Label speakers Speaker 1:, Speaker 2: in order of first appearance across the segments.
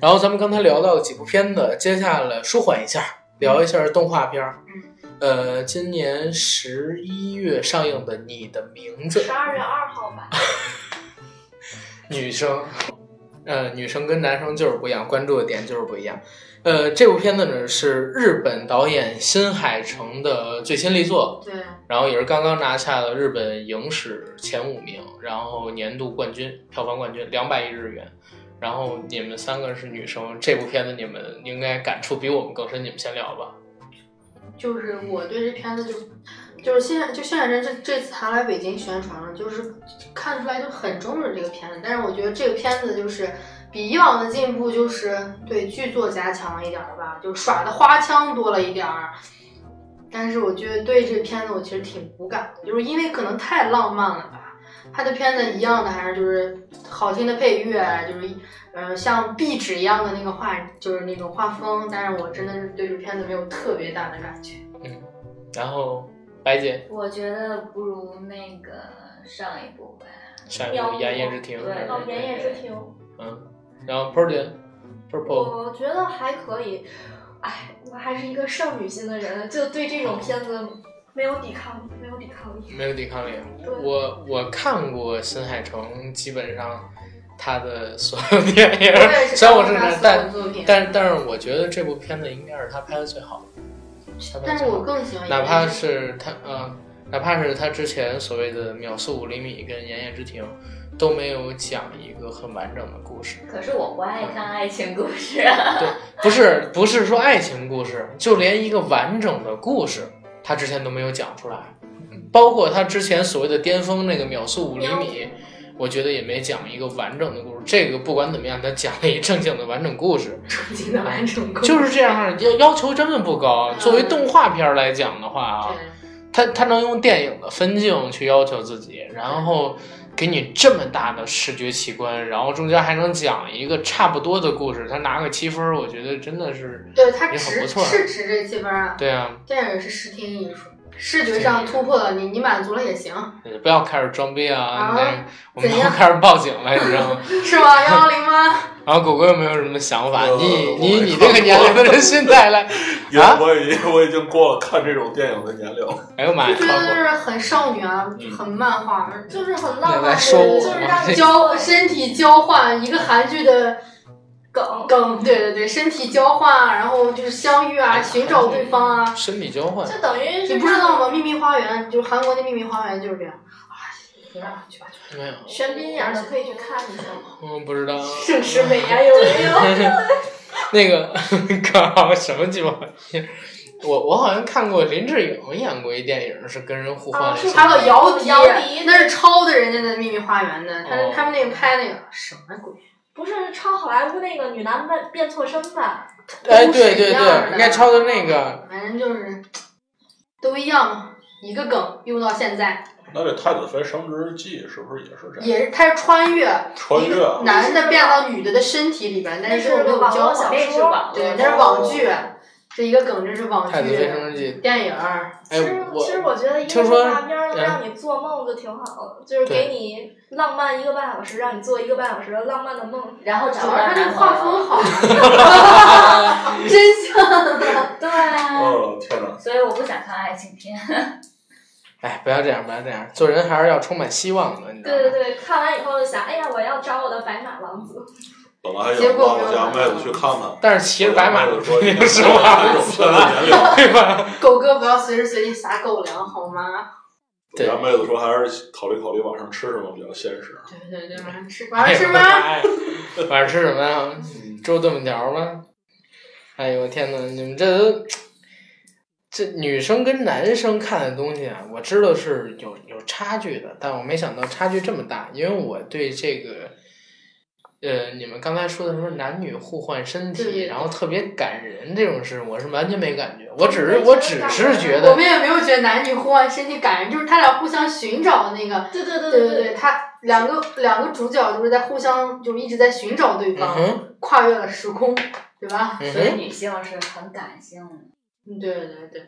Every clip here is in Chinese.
Speaker 1: 然后咱们刚才聊到了几部片子，接下来舒缓一下，聊一下动画片儿。呃，今年十一月上映的《你的名字》
Speaker 2: 十，二月二号吧，
Speaker 1: 女生，呃，女生跟男生就是不一样，关注的点就是不一样。呃，这部片子呢是日本导演新海诚的最新力作，
Speaker 2: 对，
Speaker 1: 然后也是刚刚拿下了日本影史前五名，然后年度冠军，票房冠军两百亿日元。然后你们三个是女生，这部片子你们应该感触比我们更深，你们先聊吧。
Speaker 2: 就是我对这片子就就是现在就现在人这这次还来北京宣传了，就是看出来就很重视这个片子，但是我觉得这个片子就是。比以往的进步就是对剧作加强了一点儿吧，就耍的花枪多了一点儿。但是我觉得对这片子我其实挺无感的，就是因为可能太浪漫了吧。他的片子一样的还是就是好听的配乐，就是呃像壁纸一样的那个画，就是那种画风。但是我真的是对这片子没有特别大的 感觉。
Speaker 1: 然后白姐
Speaker 3: 我觉得不如那个上一部吧。
Speaker 1: 下一部《炎夜之庭》
Speaker 3: 对
Speaker 1: 是吧，
Speaker 4: 哦，言叶之庭，
Speaker 1: 嗯，然后 Purple Purple
Speaker 4: 我觉得还可以。哎，我还是一个少女心的人，就对这种片子没有抵抗，没有抵抗力。
Speaker 1: 没有抵抗力。
Speaker 4: 对，
Speaker 1: 我我看过新海诚，基本上他的所有电影
Speaker 2: 我也，是
Speaker 1: 虽然我是
Speaker 2: 看过
Speaker 1: 男，但
Speaker 2: 他所有的作品，
Speaker 1: 但但是我觉得这部片子应该是他拍的最好的，他拍
Speaker 2: 但
Speaker 1: 的
Speaker 2: 是
Speaker 1: 最好
Speaker 2: 我
Speaker 1: 的，
Speaker 2: 更喜欢，
Speaker 1: 哪怕 是他呃，哪怕是他之前所谓的《秒速五厘米》跟《炎夜之庭》，都没有讲一个很完整的故事。
Speaker 3: 可是我不爱看爱情故事，啊
Speaker 1: 对，不是不是说爱情故事，就连一个完整的故事，他之前都没有讲出来， 包括他之前所谓的巅峰那个秒速五厘米，我觉得也没讲一个完整的故事。这个不管怎么样，他讲了一正经的完整故事，
Speaker 2: 纯情的完整故事
Speaker 1: 就是这样，要要求真的不高。
Speaker 2: 嗯
Speaker 1: 作为动画片儿来讲的话啊，
Speaker 2: 对
Speaker 1: 他他能用电影的分镜去要求自己，然后给你这么大的视觉奇观，然后中间还能讲一个差不多的故事，他拿个七分儿，我觉得真的是。
Speaker 2: 对，它
Speaker 1: 也很
Speaker 2: 值
Speaker 1: 不错
Speaker 2: 是值这七分啊。
Speaker 1: 对啊，
Speaker 2: 电影是视听艺术，视觉上突破了你，你满足了也行，
Speaker 1: 不要开始装逼啊！
Speaker 2: 啊
Speaker 1: 你这我们
Speaker 2: 怎
Speaker 1: 都
Speaker 2: 样
Speaker 1: 开始报警了，你知道吗？
Speaker 2: 是吗？幺幺零吗？
Speaker 1: 然后狗狗有没有什么想法？
Speaker 5: 呃
Speaker 1: 你
Speaker 5: 我
Speaker 1: 你
Speaker 5: 没
Speaker 1: 你
Speaker 5: 看
Speaker 1: 这个年龄
Speaker 5: 过
Speaker 1: 的人心态 来，
Speaker 5: 因为
Speaker 1: 啊
Speaker 5: 我已经我已经过了看这种电影的年龄了。
Speaker 1: 哎呦妈
Speaker 2: 就
Speaker 1: 呀！
Speaker 2: 觉得就是很少女啊，
Speaker 5: 嗯
Speaker 2: 很漫画，
Speaker 4: 就是很
Speaker 1: 你
Speaker 4: 浪
Speaker 1: 来
Speaker 4: 漫，
Speaker 1: 说我
Speaker 4: 就是让你
Speaker 2: 交身体交换，一个韩剧的
Speaker 4: 梗。
Speaker 2: 梗，对对对，身体交换，然后就是相遇啊，寻找对方啊。
Speaker 1: 身体交换，
Speaker 4: 就等于是
Speaker 2: 你不知道吗？秘密花园就是韩国的秘密花园就是这样。哎你让我去吧去吧
Speaker 1: 没有，
Speaker 4: 玄彬演的，可以去看一下。
Speaker 1: 我不知道。啊
Speaker 2: 盛世美呀，有没有？
Speaker 1: 那个靠，什么鸡巴玩意儿？我我好像看过林志颖演过一电影，是跟人互换了
Speaker 4: 啊
Speaker 1: 一
Speaker 4: 是
Speaker 1: 下。
Speaker 2: 还有姚笛，
Speaker 4: 姚笛
Speaker 2: 那是抄的人家的《秘密花园》的，他
Speaker 1: 哦
Speaker 2: 他们那个拍那个什么鬼？
Speaker 4: 不是抄好莱坞那个女男扮变错身吧？
Speaker 1: 哎，
Speaker 2: 都是
Speaker 1: 对对
Speaker 2: 一样
Speaker 1: 对，
Speaker 2: 的哦
Speaker 1: 应该抄的那个。
Speaker 2: 反正就是都一样嘛，一个梗用到现在，
Speaker 5: 那这《太子妃升职记》是不是也是这样？
Speaker 2: 也是他是穿越，
Speaker 5: 穿
Speaker 2: 一
Speaker 5: 越啊
Speaker 2: 个男的变到女的的身体里边，但
Speaker 4: 那
Speaker 2: 是
Speaker 4: 是
Speaker 2: 又没有
Speaker 4: 网
Speaker 2: 交
Speaker 4: 络小
Speaker 2: 换。
Speaker 3: 那是网
Speaker 2: 对，
Speaker 3: 络
Speaker 2: 那是网剧，这一个梗，这是网
Speaker 1: 太子妃
Speaker 2: 剧
Speaker 1: 升职记，
Speaker 2: 电影儿。
Speaker 1: 哎
Speaker 4: 其实，其实
Speaker 1: 我
Speaker 4: 我觉得一
Speaker 1: 听
Speaker 4: 个
Speaker 1: 说
Speaker 4: 动画片儿能
Speaker 1: 嗯
Speaker 4: 让你做梦就挺好的，就是
Speaker 1: 对
Speaker 4: 给你浪漫一个半小时，让你做一个半小时的浪漫的梦。
Speaker 3: 然后
Speaker 2: 主
Speaker 3: 找
Speaker 2: 要
Speaker 3: 到
Speaker 2: 他那个
Speaker 3: 男朋
Speaker 2: 画
Speaker 3: 友
Speaker 2: 风好，真像。
Speaker 3: 对啊，
Speaker 5: 哦，天哪！
Speaker 3: 所以我不想看爱情片。
Speaker 1: 哎，不要这样，不要这样，做人还是要充满希望的，你知道吗？
Speaker 4: 对对对，看完以后就想，哎呀，我要找我的白马王子。
Speaker 5: 本来还
Speaker 2: 结
Speaker 5: 想
Speaker 2: 果
Speaker 5: 拉
Speaker 2: 没有
Speaker 5: 我家妹子去看看，
Speaker 1: 但是骑着白马
Speaker 5: 我家妹子说
Speaker 1: 肯
Speaker 5: 你
Speaker 1: 定
Speaker 5: 看
Speaker 1: 是
Speaker 5: 这
Speaker 1: 王
Speaker 5: 种
Speaker 1: 子
Speaker 5: 片
Speaker 1: 了，
Speaker 5: 的年龄。
Speaker 1: 对吧？
Speaker 2: 狗哥不要随时随地撒狗粮好吗？
Speaker 5: 我家妹子说还是考虑考虑晚上吃什么比较现实。
Speaker 2: 对对对，晚上吃，
Speaker 1: 哎
Speaker 2: 晚上吃吗？
Speaker 1: 晚上吃什么呀？粥炖粉条吗？哎呦我天呐，你们这都这女生跟男生看的东西啊，我知道是有有差距的，但我没想到差距这么大，因为我对这个。呃，你们刚才说的什么男女互换身体，
Speaker 2: 对
Speaker 1: 然后特别感人这种事，我是完全没感觉。我只是，我只是觉
Speaker 2: 我
Speaker 1: 得
Speaker 2: 们也没有觉得男女互换身体感人，就是他俩互相寻找那个，
Speaker 4: 对对对
Speaker 2: 对对
Speaker 4: 对
Speaker 2: 对，，他两个两个主角就是在互相就是一直在寻找对
Speaker 1: 嗯
Speaker 2: 方，
Speaker 1: 哼，
Speaker 2: 跨越了时空，对吧？
Speaker 1: 嗯
Speaker 3: 所以
Speaker 1: 哼，
Speaker 3: 女性是很感性的，
Speaker 2: 嗯，对对对对，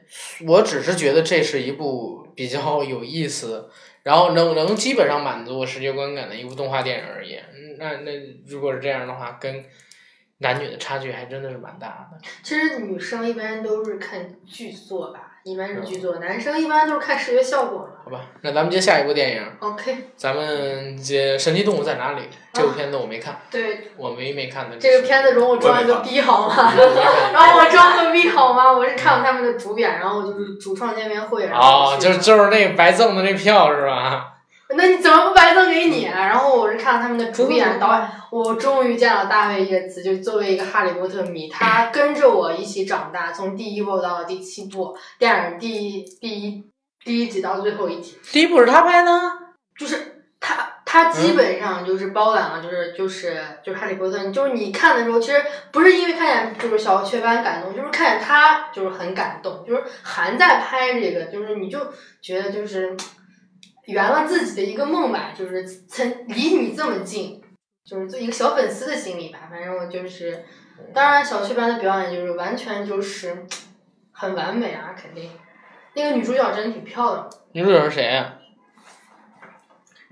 Speaker 1: 我只是觉得这是一部比较有意思，然后能能基本上满足我视觉观感的一部动画电影而已。嗯那那如果是这样的话，跟男女的差距还真的是蛮大的。
Speaker 2: 其实女生一般都是看剧作吧，一般是
Speaker 1: 嗯
Speaker 2: 剧作，男生一般都是看视觉效果嘛。
Speaker 1: 好吧，那咱们接下一部电影，
Speaker 2: OK，
Speaker 1: 咱们接《神奇动物在哪里》这部片子我没看，
Speaker 2: 对
Speaker 1: 我唯一没看的就是
Speaker 2: 啊这个片子中我装了个逼好吗？
Speaker 1: 我没看
Speaker 2: 然后我装了个逼好吗？我是看了他们的主演，然后我就是主创见面会，然后我
Speaker 1: 哦，
Speaker 2: 去
Speaker 1: 就是就是那个白赠的那票是吧？
Speaker 2: 那你怎么不白赠给你啊？然后我是看了他们的主演导演，我终于见了大卫·叶茨，就作为一个哈利波特迷，他跟着我一起长大，从第一部到第七部，电影第一第一第一集到最后一集，
Speaker 1: 第一部是他拍的，
Speaker 2: 就是他他
Speaker 1: 嗯
Speaker 2: 基本上就是包揽了，就是就是就是哈利波特，你就是你看的时候，其实不是因为看见就是小雀斑感动，就是看见他就是很感动，就是韩在拍这个，就是你就觉得就是圆了自己的一个梦吧，就是曾离你这么近，就是做一个小粉丝的心理吧。反正我就是，
Speaker 1: 嗯
Speaker 2: 当然小雀斑的表演就是完全就是很完美啊，肯定。那个女主角真的挺漂亮的，
Speaker 1: 女主角是谁呀、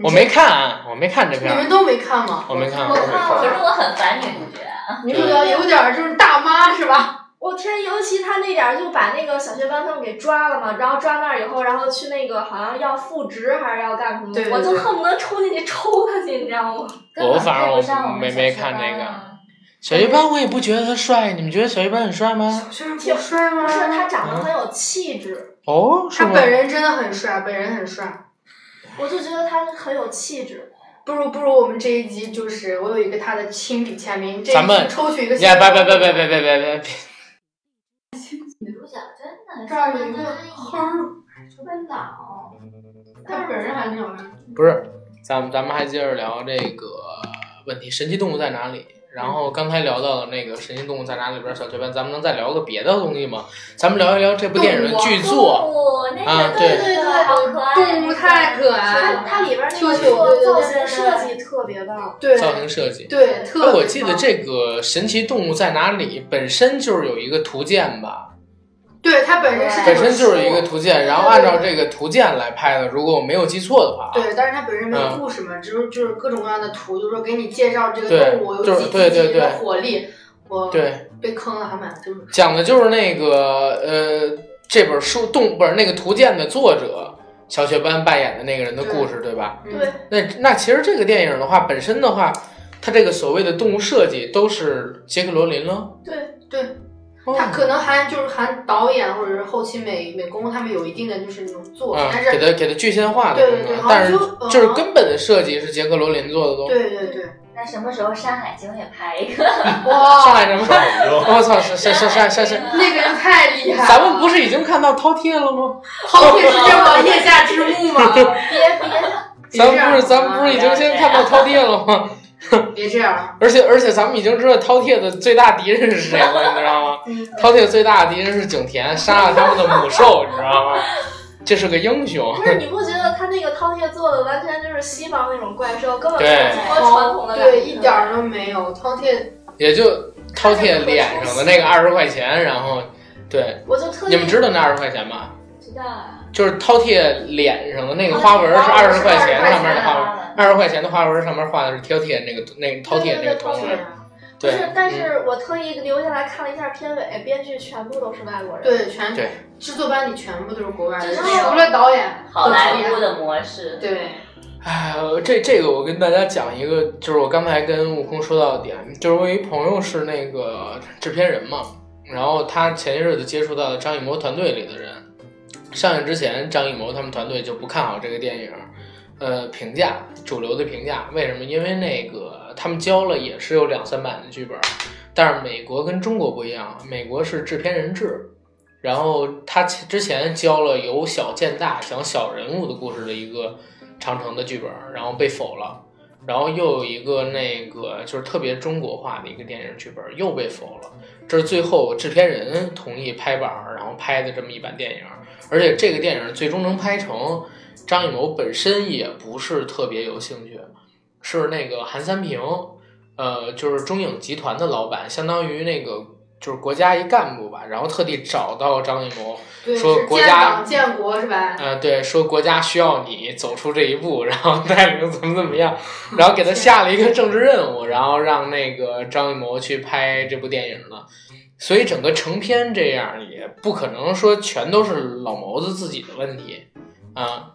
Speaker 1: 我没看啊，我没看这
Speaker 2: 你
Speaker 1: 片儿
Speaker 2: 们，都没看吗？
Speaker 1: 我没看，我
Speaker 3: 我
Speaker 1: 没
Speaker 3: 看，可
Speaker 1: 看。
Speaker 3: 是我很烦女主角。
Speaker 2: 女主角有点儿就是大妈是吧？
Speaker 4: 我天，尤其他那点儿就把那个小学班他们给抓了嘛，然后抓那儿以后，然后去那个好像要复职还是要干什么，
Speaker 2: 对对
Speaker 4: 我就
Speaker 2: 对
Speaker 4: 恨不得冲进去抽他去，你知道 吗？
Speaker 3: 根本
Speaker 1: 反正
Speaker 3: 配
Speaker 1: 我
Speaker 3: 不上
Speaker 1: 没
Speaker 3: 们
Speaker 1: 没
Speaker 3: 小学
Speaker 1: 看那
Speaker 3: 班
Speaker 1: 个
Speaker 3: 啊
Speaker 1: 小一班我也不觉得他帅，你们觉得小一班很帅吗？
Speaker 2: 学生不帅吗
Speaker 4: 不是他长
Speaker 2: 嗯
Speaker 4: 得很有气质，
Speaker 1: 哦，是
Speaker 2: 他
Speaker 1: 吗？
Speaker 2: 本人真的很帅，本人很帅。
Speaker 4: 我就觉得他很有气质。
Speaker 2: 不如不如我们这一集就是我有一个他的亲笔签名，这一
Speaker 1: 咱们
Speaker 2: 集抽取一个。
Speaker 1: 呀，别别别别别别别别别！
Speaker 3: 女主角真的
Speaker 2: 这儿有一个
Speaker 3: 坑
Speaker 2: 坑，
Speaker 3: 特别老，
Speaker 2: 但是本人还挺好看。
Speaker 1: 不是，咱们咱们还接着聊这个问题，神奇动物在哪里？然后刚才聊到了那个《神奇动物在哪里》里边儿小雀斑，咱们能再聊个别的东西吗？咱们聊一聊这部电影
Speaker 2: 啊
Speaker 1: 的剧作。
Speaker 3: 动物那
Speaker 1: 啊
Speaker 3: 个
Speaker 1: 对
Speaker 3: 对
Speaker 2: 对对
Speaker 3: 好可爱，
Speaker 2: 动物太可爱
Speaker 4: 它
Speaker 2: 了
Speaker 4: 它里边那
Speaker 2: 秋
Speaker 4: 个
Speaker 2: 秋对对
Speaker 4: 做
Speaker 2: 对哦
Speaker 4: 造型
Speaker 2: 对
Speaker 4: 设
Speaker 2: 对
Speaker 4: 计特别棒，
Speaker 2: 对
Speaker 1: 造型设计。
Speaker 2: 对，特别
Speaker 1: 哎，
Speaker 2: 棒
Speaker 1: 我记得这个《神奇动物在哪里》本身就是有一个图鉴吧，
Speaker 2: 对他本身是这
Speaker 1: 本
Speaker 2: 本
Speaker 1: 身就是一个
Speaker 2: 书
Speaker 1: 图鉴，然后按照这个图鉴来拍的，如果我没有记错的话啊。
Speaker 2: 对，但是他本身没有
Speaker 1: 嗯
Speaker 2: 故事嘛，只有就是各种各样的图，就是说给你介绍这个
Speaker 1: 对
Speaker 2: 动物有
Speaker 1: 就是
Speaker 2: 几
Speaker 1: 对
Speaker 2: 几
Speaker 1: 对
Speaker 2: 几
Speaker 1: 对
Speaker 2: 的火力。我
Speaker 1: 对，
Speaker 2: 被坑了，还蛮就是
Speaker 1: 讲的就是那个呃，这本书动不是那个图鉴的作者小雀斑扮演的那个人的故事，对吧？
Speaker 2: 嗯
Speaker 4: 对
Speaker 1: 那那其实这个电影的话，本身的话，它这个所谓的动物设计都是杰克罗琳了。
Speaker 4: 对
Speaker 2: 对，
Speaker 1: 哦
Speaker 2: 他可能还就是含导演或者是后期美美工他们有一定的就是那种作品，
Speaker 1: 啊、
Speaker 2: 但
Speaker 1: 给
Speaker 2: 是
Speaker 1: 它给它具象化的
Speaker 2: 对
Speaker 1: 功
Speaker 2: 对对
Speaker 1: 能，
Speaker 2: 好
Speaker 1: 但
Speaker 2: 像
Speaker 1: 是
Speaker 2: 就
Speaker 1: 就是
Speaker 2: 嗯
Speaker 1: 根本的设计是杰克罗琳做的都。
Speaker 2: 对对对，
Speaker 3: 那什么时候《山海经》也拍一个？
Speaker 1: 上
Speaker 2: 哇，
Speaker 1: 海什么？
Speaker 5: 上已
Speaker 1: 我操！是是是是是 是，
Speaker 2: 那个就太厉害了。
Speaker 1: 咱 们不是已经看到饕餮了吗？
Speaker 2: 饕餮是这么腋下之 目吗？
Speaker 3: 别别，
Speaker 2: 别
Speaker 1: 咱
Speaker 2: 这
Speaker 1: 们
Speaker 2: 样
Speaker 1: 不是咱们不是已经先看到饕餮了吗？
Speaker 2: 别这样，
Speaker 1: 而且而且咱们已经知道饕餮的最大敌人是谁 了，你知道吗？
Speaker 2: 嗯
Speaker 1: 饕餮最大的敌人是景甜，杀了他们的母兽，你知道吗？这是个英雄。
Speaker 4: 不是你不觉得他那个饕餮做的完全就是西方那种怪兽，根本没
Speaker 1: 对
Speaker 4: 有中国传统的感觉，
Speaker 2: 对，一点儿都没有。饕餮
Speaker 1: 也就饕餮脸上的那个二十块钱，然后对，
Speaker 4: 我就特意
Speaker 1: 你们知道那二十块钱吗？
Speaker 4: 知道啊，
Speaker 1: 就是饕餮脸上的那个花纹是二十块钱上面的花纹，
Speaker 3: 纹。
Speaker 1: 二十块钱的花纹上面画的是饕餮那个那个饕餮那个图
Speaker 4: 对
Speaker 1: 案。
Speaker 2: 饕
Speaker 4: 不
Speaker 1: 对
Speaker 4: 是，，
Speaker 2: 嗯
Speaker 4: 但是我特意留下来看了一下片尾，编剧全部都是外国人。
Speaker 2: 对全
Speaker 1: 对
Speaker 2: 制作班底全部都是国外
Speaker 4: 就
Speaker 2: 人，
Speaker 4: 是那种
Speaker 2: 除了导演
Speaker 3: 好莱
Speaker 2: 和
Speaker 3: 坞
Speaker 2: 主演
Speaker 3: 的模式，
Speaker 2: 对，
Speaker 1: 哎，这这个我跟大家讲一个，就是我刚才跟悟空说到的点，就是我有一朋友是那个制片人嘛，然后他前些日子接触到了张艺谋团队里的人，上映之前张艺谋他们团队就不看好这个电影，呃，评价主流的评价，为什么？因为那个他们交了也是有两三版的剧本，但是美国跟中国不一样，美国是制片人制。然后他前之前交了由小见大、讲小人物的故事的一个长城的剧本，然后被否了。然后又有一个那个就是特别中国化的一个电影剧本又被否了，这是最后制片人同意拍板儿，然后拍的这么一版电影，而且这个电影最终能拍成，张艺谋本身也不是特别有兴趣，是那个韩三平，呃，就是中影集团的老板，相当于那个就是国家一干部吧，然后特地找到张艺谋，
Speaker 2: 对，
Speaker 1: 说
Speaker 2: 是
Speaker 1: 国
Speaker 2: 建
Speaker 1: 家
Speaker 2: 党建国是吧？
Speaker 1: 呃，对，说国家需要你走出这一步，然后 带领怎么怎么样，然后给他下了一个政治任务，然后让那个张艺谋去拍这部电影了。所以整个成片这样也不可能说全都是老谋子自己的问题啊。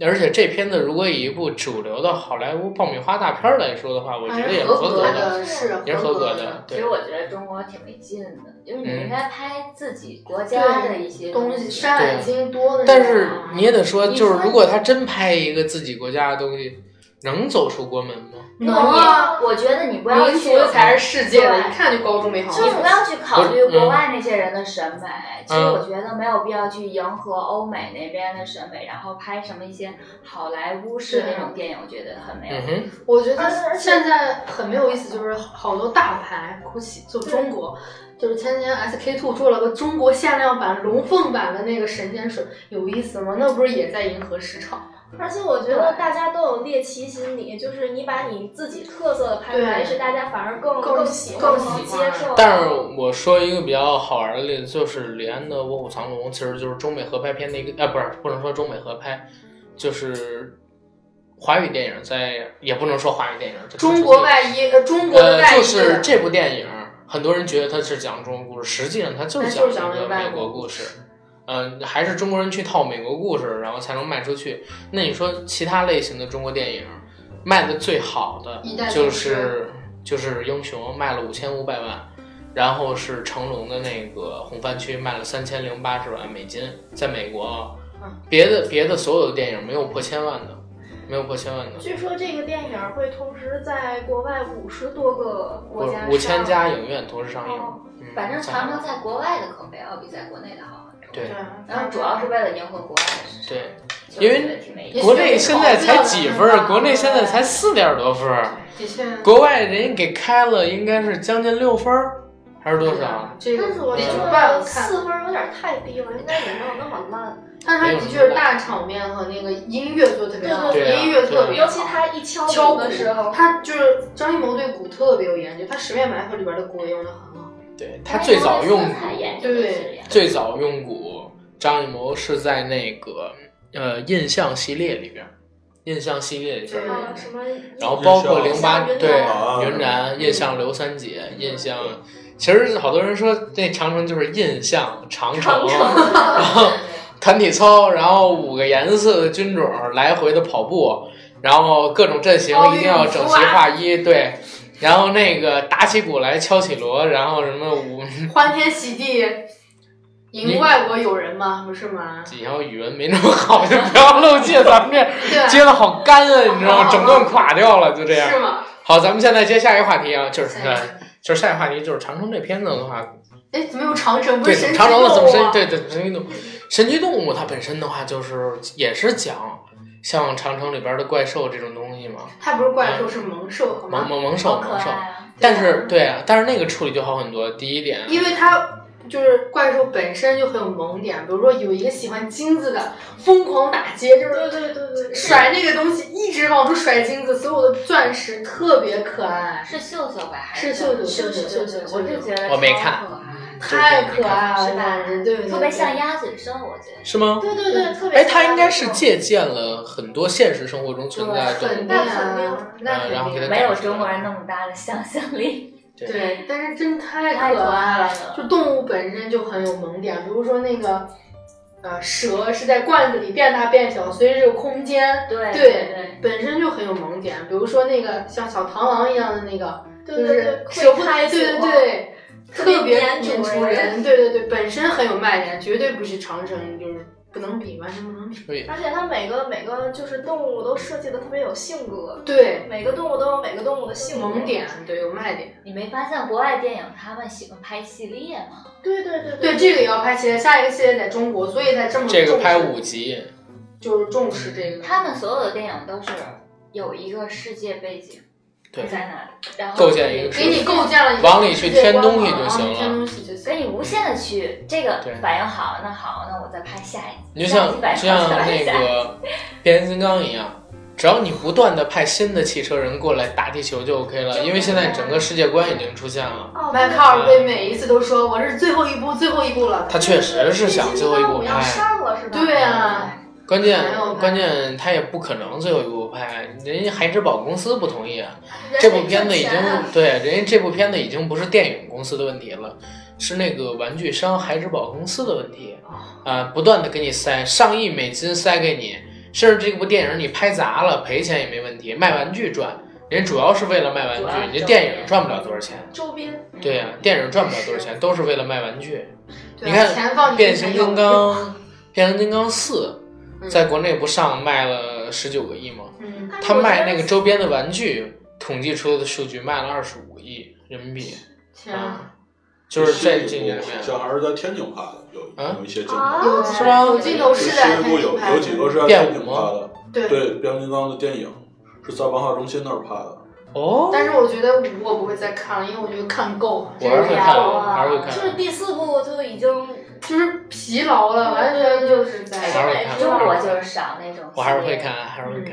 Speaker 1: 而且这片子如果以一部主流的好莱坞爆米花大片儿来说的话，我觉
Speaker 2: 还
Speaker 1: 得
Speaker 2: 是
Speaker 1: 也
Speaker 2: 哎合
Speaker 1: 合
Speaker 2: 格
Speaker 1: 格的，
Speaker 2: 的，是
Speaker 1: 也是合格
Speaker 2: 的。
Speaker 3: 其
Speaker 1: 对
Speaker 3: 实，我觉得中国挺没劲的，就是
Speaker 1: 嗯
Speaker 3: 你应该拍自己国家的一些
Speaker 2: 东西
Speaker 3: 西。
Speaker 2: 山海经多的那种
Speaker 1: 但
Speaker 2: 啊，
Speaker 1: 是你也得说，
Speaker 2: 你
Speaker 1: 就是
Speaker 2: 说
Speaker 1: 如果他真拍一个自己国家的东西，能走出国门吗？
Speaker 3: 你
Speaker 2: 能啊，
Speaker 3: 我觉得你不要
Speaker 2: 民
Speaker 3: 去
Speaker 2: 族，才是世界的，
Speaker 3: 对
Speaker 2: 一看就高中没好。
Speaker 3: 就是不要去考虑
Speaker 1: 不是嗯
Speaker 3: 国外那些人的审美。其实
Speaker 1: 嗯
Speaker 3: 我觉得没有必要去迎合欧美那边的审美，然后拍什么一些好莱坞式那种电影，我觉得很没有
Speaker 1: 嗯。哼，
Speaker 2: 我觉
Speaker 4: 呃而
Speaker 2: 得
Speaker 4: 而且
Speaker 2: 现在很没有意思，就是好多大牌，GUCCI 就中国，就是前年 SK two 做了个中国限量版、龙凤版的那个神仙水，有意思吗？那不是也在迎合市场？
Speaker 4: 而且我觉得大家都有猎奇心理，就是你把你自己特色的拍出来，
Speaker 2: 对
Speaker 4: 也许大家反而更
Speaker 2: 更
Speaker 4: 喜
Speaker 2: 更
Speaker 4: 欢、
Speaker 2: 喜
Speaker 4: 能接
Speaker 2: 欢
Speaker 4: 受。
Speaker 1: 但是我说一个比较好玩的例子，就是李安的《卧虎藏龙》，其实就是中美合拍片的一个，啊，不是不能说中美合拍，就是华语电影在，也不能说华语电影，这
Speaker 2: 中国外衣，呃，中国的
Speaker 1: 呃，
Speaker 2: 外衣，
Speaker 1: 就是这部电影，很多人觉得它是讲中国故事，实际上它就
Speaker 2: 它就是
Speaker 1: 讲
Speaker 2: 讲
Speaker 1: 一个
Speaker 2: 了一个
Speaker 1: 美
Speaker 2: 外
Speaker 1: 国
Speaker 2: 国
Speaker 1: 故事。嗯、还是中国人去套美国故事，然后才能卖出去。那你说其他类型的中国电影卖的最好的
Speaker 2: 一代宗
Speaker 1: 就
Speaker 2: 师
Speaker 1: 是就是《英雄》卖了五千五百万，然后是成龙的那个《红番区》卖了三千零八十万美金，在美国啊
Speaker 2: 嗯，
Speaker 1: 别的别的所有的电影没有破千万的，没有破千万的。
Speaker 4: 据说这个电影会同时在国外五十多个国家
Speaker 1: 五千
Speaker 4: 上
Speaker 1: 家影院同时上映，
Speaker 4: 哦
Speaker 1: 嗯
Speaker 3: 反正
Speaker 1: 在海
Speaker 3: 长
Speaker 1: 外
Speaker 3: 城在国外的口碑要比在国内的好很多。
Speaker 1: 对
Speaker 2: 对，啊
Speaker 3: 然后主要是为了迎合国外的市场。
Speaker 1: 对，
Speaker 3: 所以我
Speaker 1: 因
Speaker 3: 觉
Speaker 1: 为
Speaker 3: 得挺没意
Speaker 2: 也
Speaker 3: 思。
Speaker 2: 许
Speaker 1: 国内现在才几分儿？
Speaker 2: 考虑到了
Speaker 1: 国内现在才四点多分儿，
Speaker 2: 的确，
Speaker 1: 国外人家给开了，应该是将近六分儿，还是多少？啊
Speaker 2: 这个
Speaker 4: 但是我
Speaker 2: 得
Speaker 4: 觉
Speaker 2: 去办
Speaker 4: 得
Speaker 2: 了看。
Speaker 4: 四分儿有点太低了，应该也没有那么烂。
Speaker 2: 但是它的确是大场面和那个音乐做得特别好，
Speaker 1: 对对啊
Speaker 2: 音乐特别好
Speaker 4: 尤其他一敲
Speaker 2: 敲
Speaker 4: 鼓啊的时候，
Speaker 2: 他就是张艺谋对鼓特别有研究，他《十面埋伏》里边的鼓也用的很好。
Speaker 1: 对他最早用鼓，
Speaker 3: 才演这个事业
Speaker 1: 最早用鼓，张艺谋是在那个呃印象系列里边儿，印象系列里边
Speaker 2: 对
Speaker 1: 儿。
Speaker 4: 啊什么，
Speaker 1: 然后包括
Speaker 5: 印
Speaker 1: 零
Speaker 4: 象
Speaker 1: 八
Speaker 4: 云
Speaker 1: 对
Speaker 5: 南
Speaker 1: 云南印象刘三姐印象，其实好多人说那长城就是印象长城，然后团体操，然后五个颜色的军种来回的跑步，然后各种阵型
Speaker 2: 奥运
Speaker 1: 一定要整齐划哦一，对。然后那个打起鼓来敲起锣，然后什么舞，
Speaker 2: 欢天喜地
Speaker 1: 你
Speaker 2: 迎外国友人嘛，不是吗？
Speaker 1: 你要语文没那么好，就不要漏接，咱们这
Speaker 2: 对吧，
Speaker 1: 接的好干啊，你知道吗？整段垮掉了，就这样。
Speaker 2: 是吗？
Speaker 1: 好，咱们现在接下一个话题啊，就是
Speaker 2: 下一个
Speaker 1: 就是下一个话题就是长城这片子的话，
Speaker 2: 哎，怎么有长城？不
Speaker 1: 对
Speaker 2: 是神啊
Speaker 1: 长城的怎么
Speaker 2: 奇
Speaker 1: 神
Speaker 2: 动物吗
Speaker 1: 对对神奇动物，神奇动物它本身的话就是也是讲像长城里边的怪兽这种东西嘛，
Speaker 2: 它不是怪兽，是萌兽，好
Speaker 1: 猛
Speaker 2: 吗？
Speaker 1: 猛猛
Speaker 3: 好
Speaker 1: 兽
Speaker 3: 可
Speaker 1: 猛兽，
Speaker 3: 爱啊！
Speaker 1: 但是对啊，但是那个处理就好很多。第一点，
Speaker 2: 因为它就是怪兽本身就很有萌点，比如说有一个喜欢金子的，疯狂打劫，就是
Speaker 4: 对对对对，对
Speaker 2: 甩那个东西，一直往出甩金子，所有的钻石特别可爱，
Speaker 3: 是秀秀吧？还
Speaker 2: 是秀秀
Speaker 3: 秀
Speaker 2: 秀秀
Speaker 3: 秀
Speaker 2: 秀秀
Speaker 3: 我就觉得
Speaker 1: 我没
Speaker 3: 超
Speaker 1: 看嗯
Speaker 3: 可爱
Speaker 2: 太可爱了，
Speaker 3: 是吧
Speaker 2: 对对对，
Speaker 3: 特别像鸭嘴兽，我觉得。
Speaker 1: 是吗？
Speaker 4: 对对对，特别
Speaker 1: 哎，
Speaker 4: 像
Speaker 1: 它应该
Speaker 4: 那
Speaker 1: 是
Speaker 4: 种
Speaker 1: 借鉴了很多现实生活中存在的动
Speaker 2: 肯
Speaker 1: 物
Speaker 2: 定
Speaker 4: 那
Speaker 2: 啊
Speaker 4: 肯定，
Speaker 2: 那
Speaker 1: 嗯
Speaker 2: 肯
Speaker 1: 然后给它
Speaker 2: 定。
Speaker 3: 没有中国
Speaker 1: 嗯
Speaker 3: 人那么大的想象 力，
Speaker 2: 对，但是真太
Speaker 3: 太
Speaker 2: 可
Speaker 3: 可
Speaker 2: 爱
Speaker 3: 爱
Speaker 2: 了。
Speaker 3: 了。
Speaker 2: 就动物本身就很有萌点，比如说那个，呃，蛇是在罐子里变大变小，随着这个空间，
Speaker 3: 对
Speaker 2: 对本身就很有萌点。比如说那个像小螳螂一样的那个，
Speaker 4: 对
Speaker 2: 就
Speaker 4: 对
Speaker 2: 是
Speaker 4: 对，
Speaker 2: 舍不得，
Speaker 4: 会开
Speaker 2: 对
Speaker 4: 锁
Speaker 2: 对对，
Speaker 4: 特
Speaker 2: 特
Speaker 4: 别
Speaker 2: 别
Speaker 4: 粘
Speaker 2: 粘
Speaker 4: 住
Speaker 2: 住
Speaker 4: 人
Speaker 2: 人，对对对，本身很有卖点，绝对不是长城，就是不能比，完全不
Speaker 4: 嗯
Speaker 2: 能比。
Speaker 4: 而且它每个每个就是动物都设计的特别有性格，
Speaker 2: 对，
Speaker 4: 每个动物都有每个动物的性格
Speaker 2: 萌点，对，有卖点。
Speaker 3: 你没发现国外电影他们喜欢拍系列吗？
Speaker 4: 对对对
Speaker 2: 对，这个也要拍系列，下一个系列在中国，所以才这么
Speaker 1: 这个
Speaker 2: 重视
Speaker 1: 拍五集，
Speaker 2: 就是重视这个。
Speaker 3: 他们所有的电影都是有一个世界背景
Speaker 1: 对
Speaker 3: 在那里，然后
Speaker 1: 构建一个
Speaker 2: 给你构建了一个
Speaker 1: 往里去添东西就行了
Speaker 2: 往啊里添东西就行
Speaker 3: 所以你无限的去这个
Speaker 1: 对
Speaker 3: 反应好，那好，那我再拍下一集。
Speaker 1: 你就像
Speaker 3: 下一集反
Speaker 1: 就
Speaker 3: 应好
Speaker 1: 像那个变形金刚一样，只要你不断的派新的汽车人过来打地球就 OK 了，因为现在整个世界观已经出现了。
Speaker 4: 哦，
Speaker 2: 迈克尔贝每一次都说我是最后一步，最后一步了。
Speaker 1: 他确实是想最后一步
Speaker 4: 我要
Speaker 1: 拍，啊
Speaker 4: 上了是吧？
Speaker 2: 对啊，
Speaker 1: 关键
Speaker 2: 没有拍
Speaker 1: 关键他也不可能最后一步拍，人家海之宝公司不同意啊。
Speaker 2: 嗯
Speaker 4: 人
Speaker 1: 这
Speaker 4: 得
Speaker 1: 部片
Speaker 4: 挣
Speaker 1: 子已经
Speaker 4: 钱啊
Speaker 1: 对人家这部片子已经不是电影公司的问题了，是那个玩具商孩之宝公司的问题啊、不断的给你塞上亿美金塞给你，甚至这部电影你拍砸了赔钱也没问题，卖玩具赚，人家主要是为了卖玩
Speaker 3: 主要是
Speaker 1: 具，你这
Speaker 3: 挣
Speaker 1: 电
Speaker 3: 钱
Speaker 1: 影赚不了多少钱，
Speaker 4: 周边
Speaker 1: 对呀、电影赚不了多少钱，都是为了卖玩具。
Speaker 2: 对
Speaker 1: 啊
Speaker 2: 啊
Speaker 1: 你看
Speaker 2: 前方
Speaker 1: 变形金刚， 变形金刚四
Speaker 2: 嗯
Speaker 1: 在国内不上卖了十九个亿吗？
Speaker 2: 嗯，
Speaker 4: 但是
Speaker 1: 他
Speaker 4: 我觉
Speaker 1: 卖
Speaker 4: 得
Speaker 1: 那个周边的玩具，统计出的数据卖了二十五亿人民币，
Speaker 2: 天啊，
Speaker 1: 就是在
Speaker 5: 这
Speaker 1: 这
Speaker 5: 一
Speaker 1: 年里
Speaker 5: 部好
Speaker 1: 面，
Speaker 5: 像还是在天津拍的，有
Speaker 1: 啊
Speaker 5: 有一些镜头，
Speaker 4: 啊，
Speaker 1: 是吗
Speaker 2: 哦有镜头
Speaker 5: 有
Speaker 2: 是
Speaker 5: 这
Speaker 2: 在
Speaker 5: 一部
Speaker 2: 天
Speaker 5: 有
Speaker 2: 津拍的，
Speaker 5: 有几个是在天
Speaker 1: 变
Speaker 5: 津拍
Speaker 1: 舞吗
Speaker 5: 的，
Speaker 2: 对。
Speaker 5: 对，变形金刚的电影是在文化中心那儿拍的。
Speaker 1: 哦，
Speaker 2: 但是我觉得五我不会再看了，因为我觉得看够了，
Speaker 1: 我
Speaker 2: 真
Speaker 1: 还
Speaker 2: 是
Speaker 1: 是会
Speaker 2: 看
Speaker 1: 看，
Speaker 2: 够了
Speaker 1: 我还是会
Speaker 4: 就
Speaker 1: 看
Speaker 4: 是。第四部就已经
Speaker 2: 就是疲劳了，完全就 是在
Speaker 1: 还是会
Speaker 3: 因
Speaker 1: 看
Speaker 3: 为我就是少那种系列，
Speaker 1: 我还是会看，还是会看。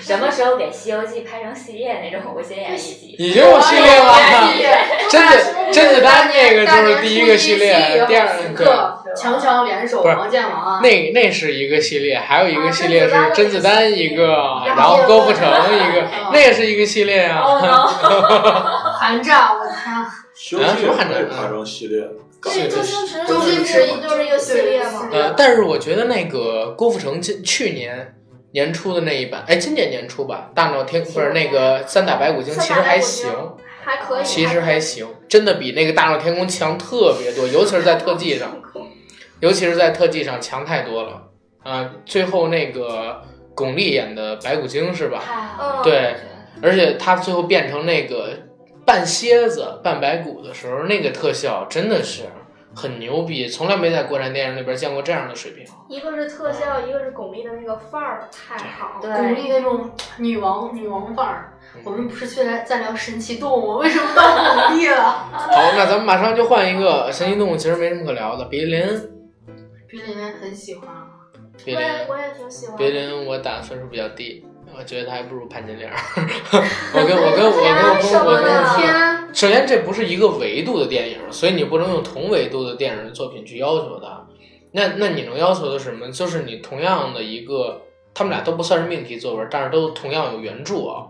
Speaker 3: 什么时候给《西游记》拍成系列那种，我先演一集。
Speaker 1: 你这种系列嗯
Speaker 2: 哎
Speaker 1: 吧，
Speaker 2: 呀
Speaker 1: 甄子 甄子丹那个就是第一个系列，第
Speaker 2: 大
Speaker 1: 二
Speaker 2: 年初一
Speaker 1: 个
Speaker 2: 刻强强联手，
Speaker 1: 不是
Speaker 2: 王见王啊，
Speaker 1: 那那是一个系列，还有一个系列是
Speaker 4: 啊
Speaker 1: 甄
Speaker 4: 甄
Speaker 1: 子
Speaker 4: 子
Speaker 1: 丹
Speaker 4: 丹
Speaker 1: 一个，啊
Speaker 4: 然后
Speaker 1: 然后郭富 城一个，
Speaker 2: 嗯
Speaker 1: 那也是一个系列啊。
Speaker 3: 哦 no！
Speaker 2: 寒战，我的天啊，
Speaker 5: 西游记
Speaker 1: 啊什么寒
Speaker 5: 也
Speaker 1: 战
Speaker 5: 可以拍成系列，感
Speaker 4: 对
Speaker 5: 觉
Speaker 4: 周星驰，
Speaker 2: 周星
Speaker 5: 驰
Speaker 4: 不就是一个系列吗？
Speaker 2: 对
Speaker 1: 呃，但是我觉得那个郭富城今去年年初的那一版，哎，今年年初吧，《大闹天》不是那个《三打白骨精》，其实还行，
Speaker 4: 还可以，
Speaker 1: 其实还行，真的比那个《大闹天宫》强特别多，尤其是在特技上，尤其是在特技上强太多了啊！最后那个巩俐演的白骨精是吧？
Speaker 3: 太好了
Speaker 4: 嗯，
Speaker 1: 对，而且她最后变成那个半蝎子半白骨的时候，那个特效真的是很牛逼，从来没在国产电影里边见过这样的水平。嗯
Speaker 4: 一个是特效，一个是巩俐的那个范儿太好，
Speaker 3: 对
Speaker 2: 巩俐那种女王女王范儿。我们不是去来在聊神奇动物，为什么啊到巩俐了？
Speaker 1: 好，那咱们马上就换一个神奇动物，其实没什么可聊的。别林，
Speaker 2: 比里面很喜欢啊，
Speaker 1: 别
Speaker 4: 我也
Speaker 1: 林，
Speaker 4: 我也挺喜欢。
Speaker 1: 别林，我打分数比较低，我觉得他还不如潘金莲儿。 我跟我跟我跟我跟我
Speaker 4: 天啊
Speaker 1: 跟，
Speaker 2: 天，
Speaker 1: 首先这不是一个维度的电影，所以你不能用同维度的电影作品去要求它。那那你能要求的是什么？就是你同样的一个，他们俩都不算是命题作文，但是都同样有原著啊。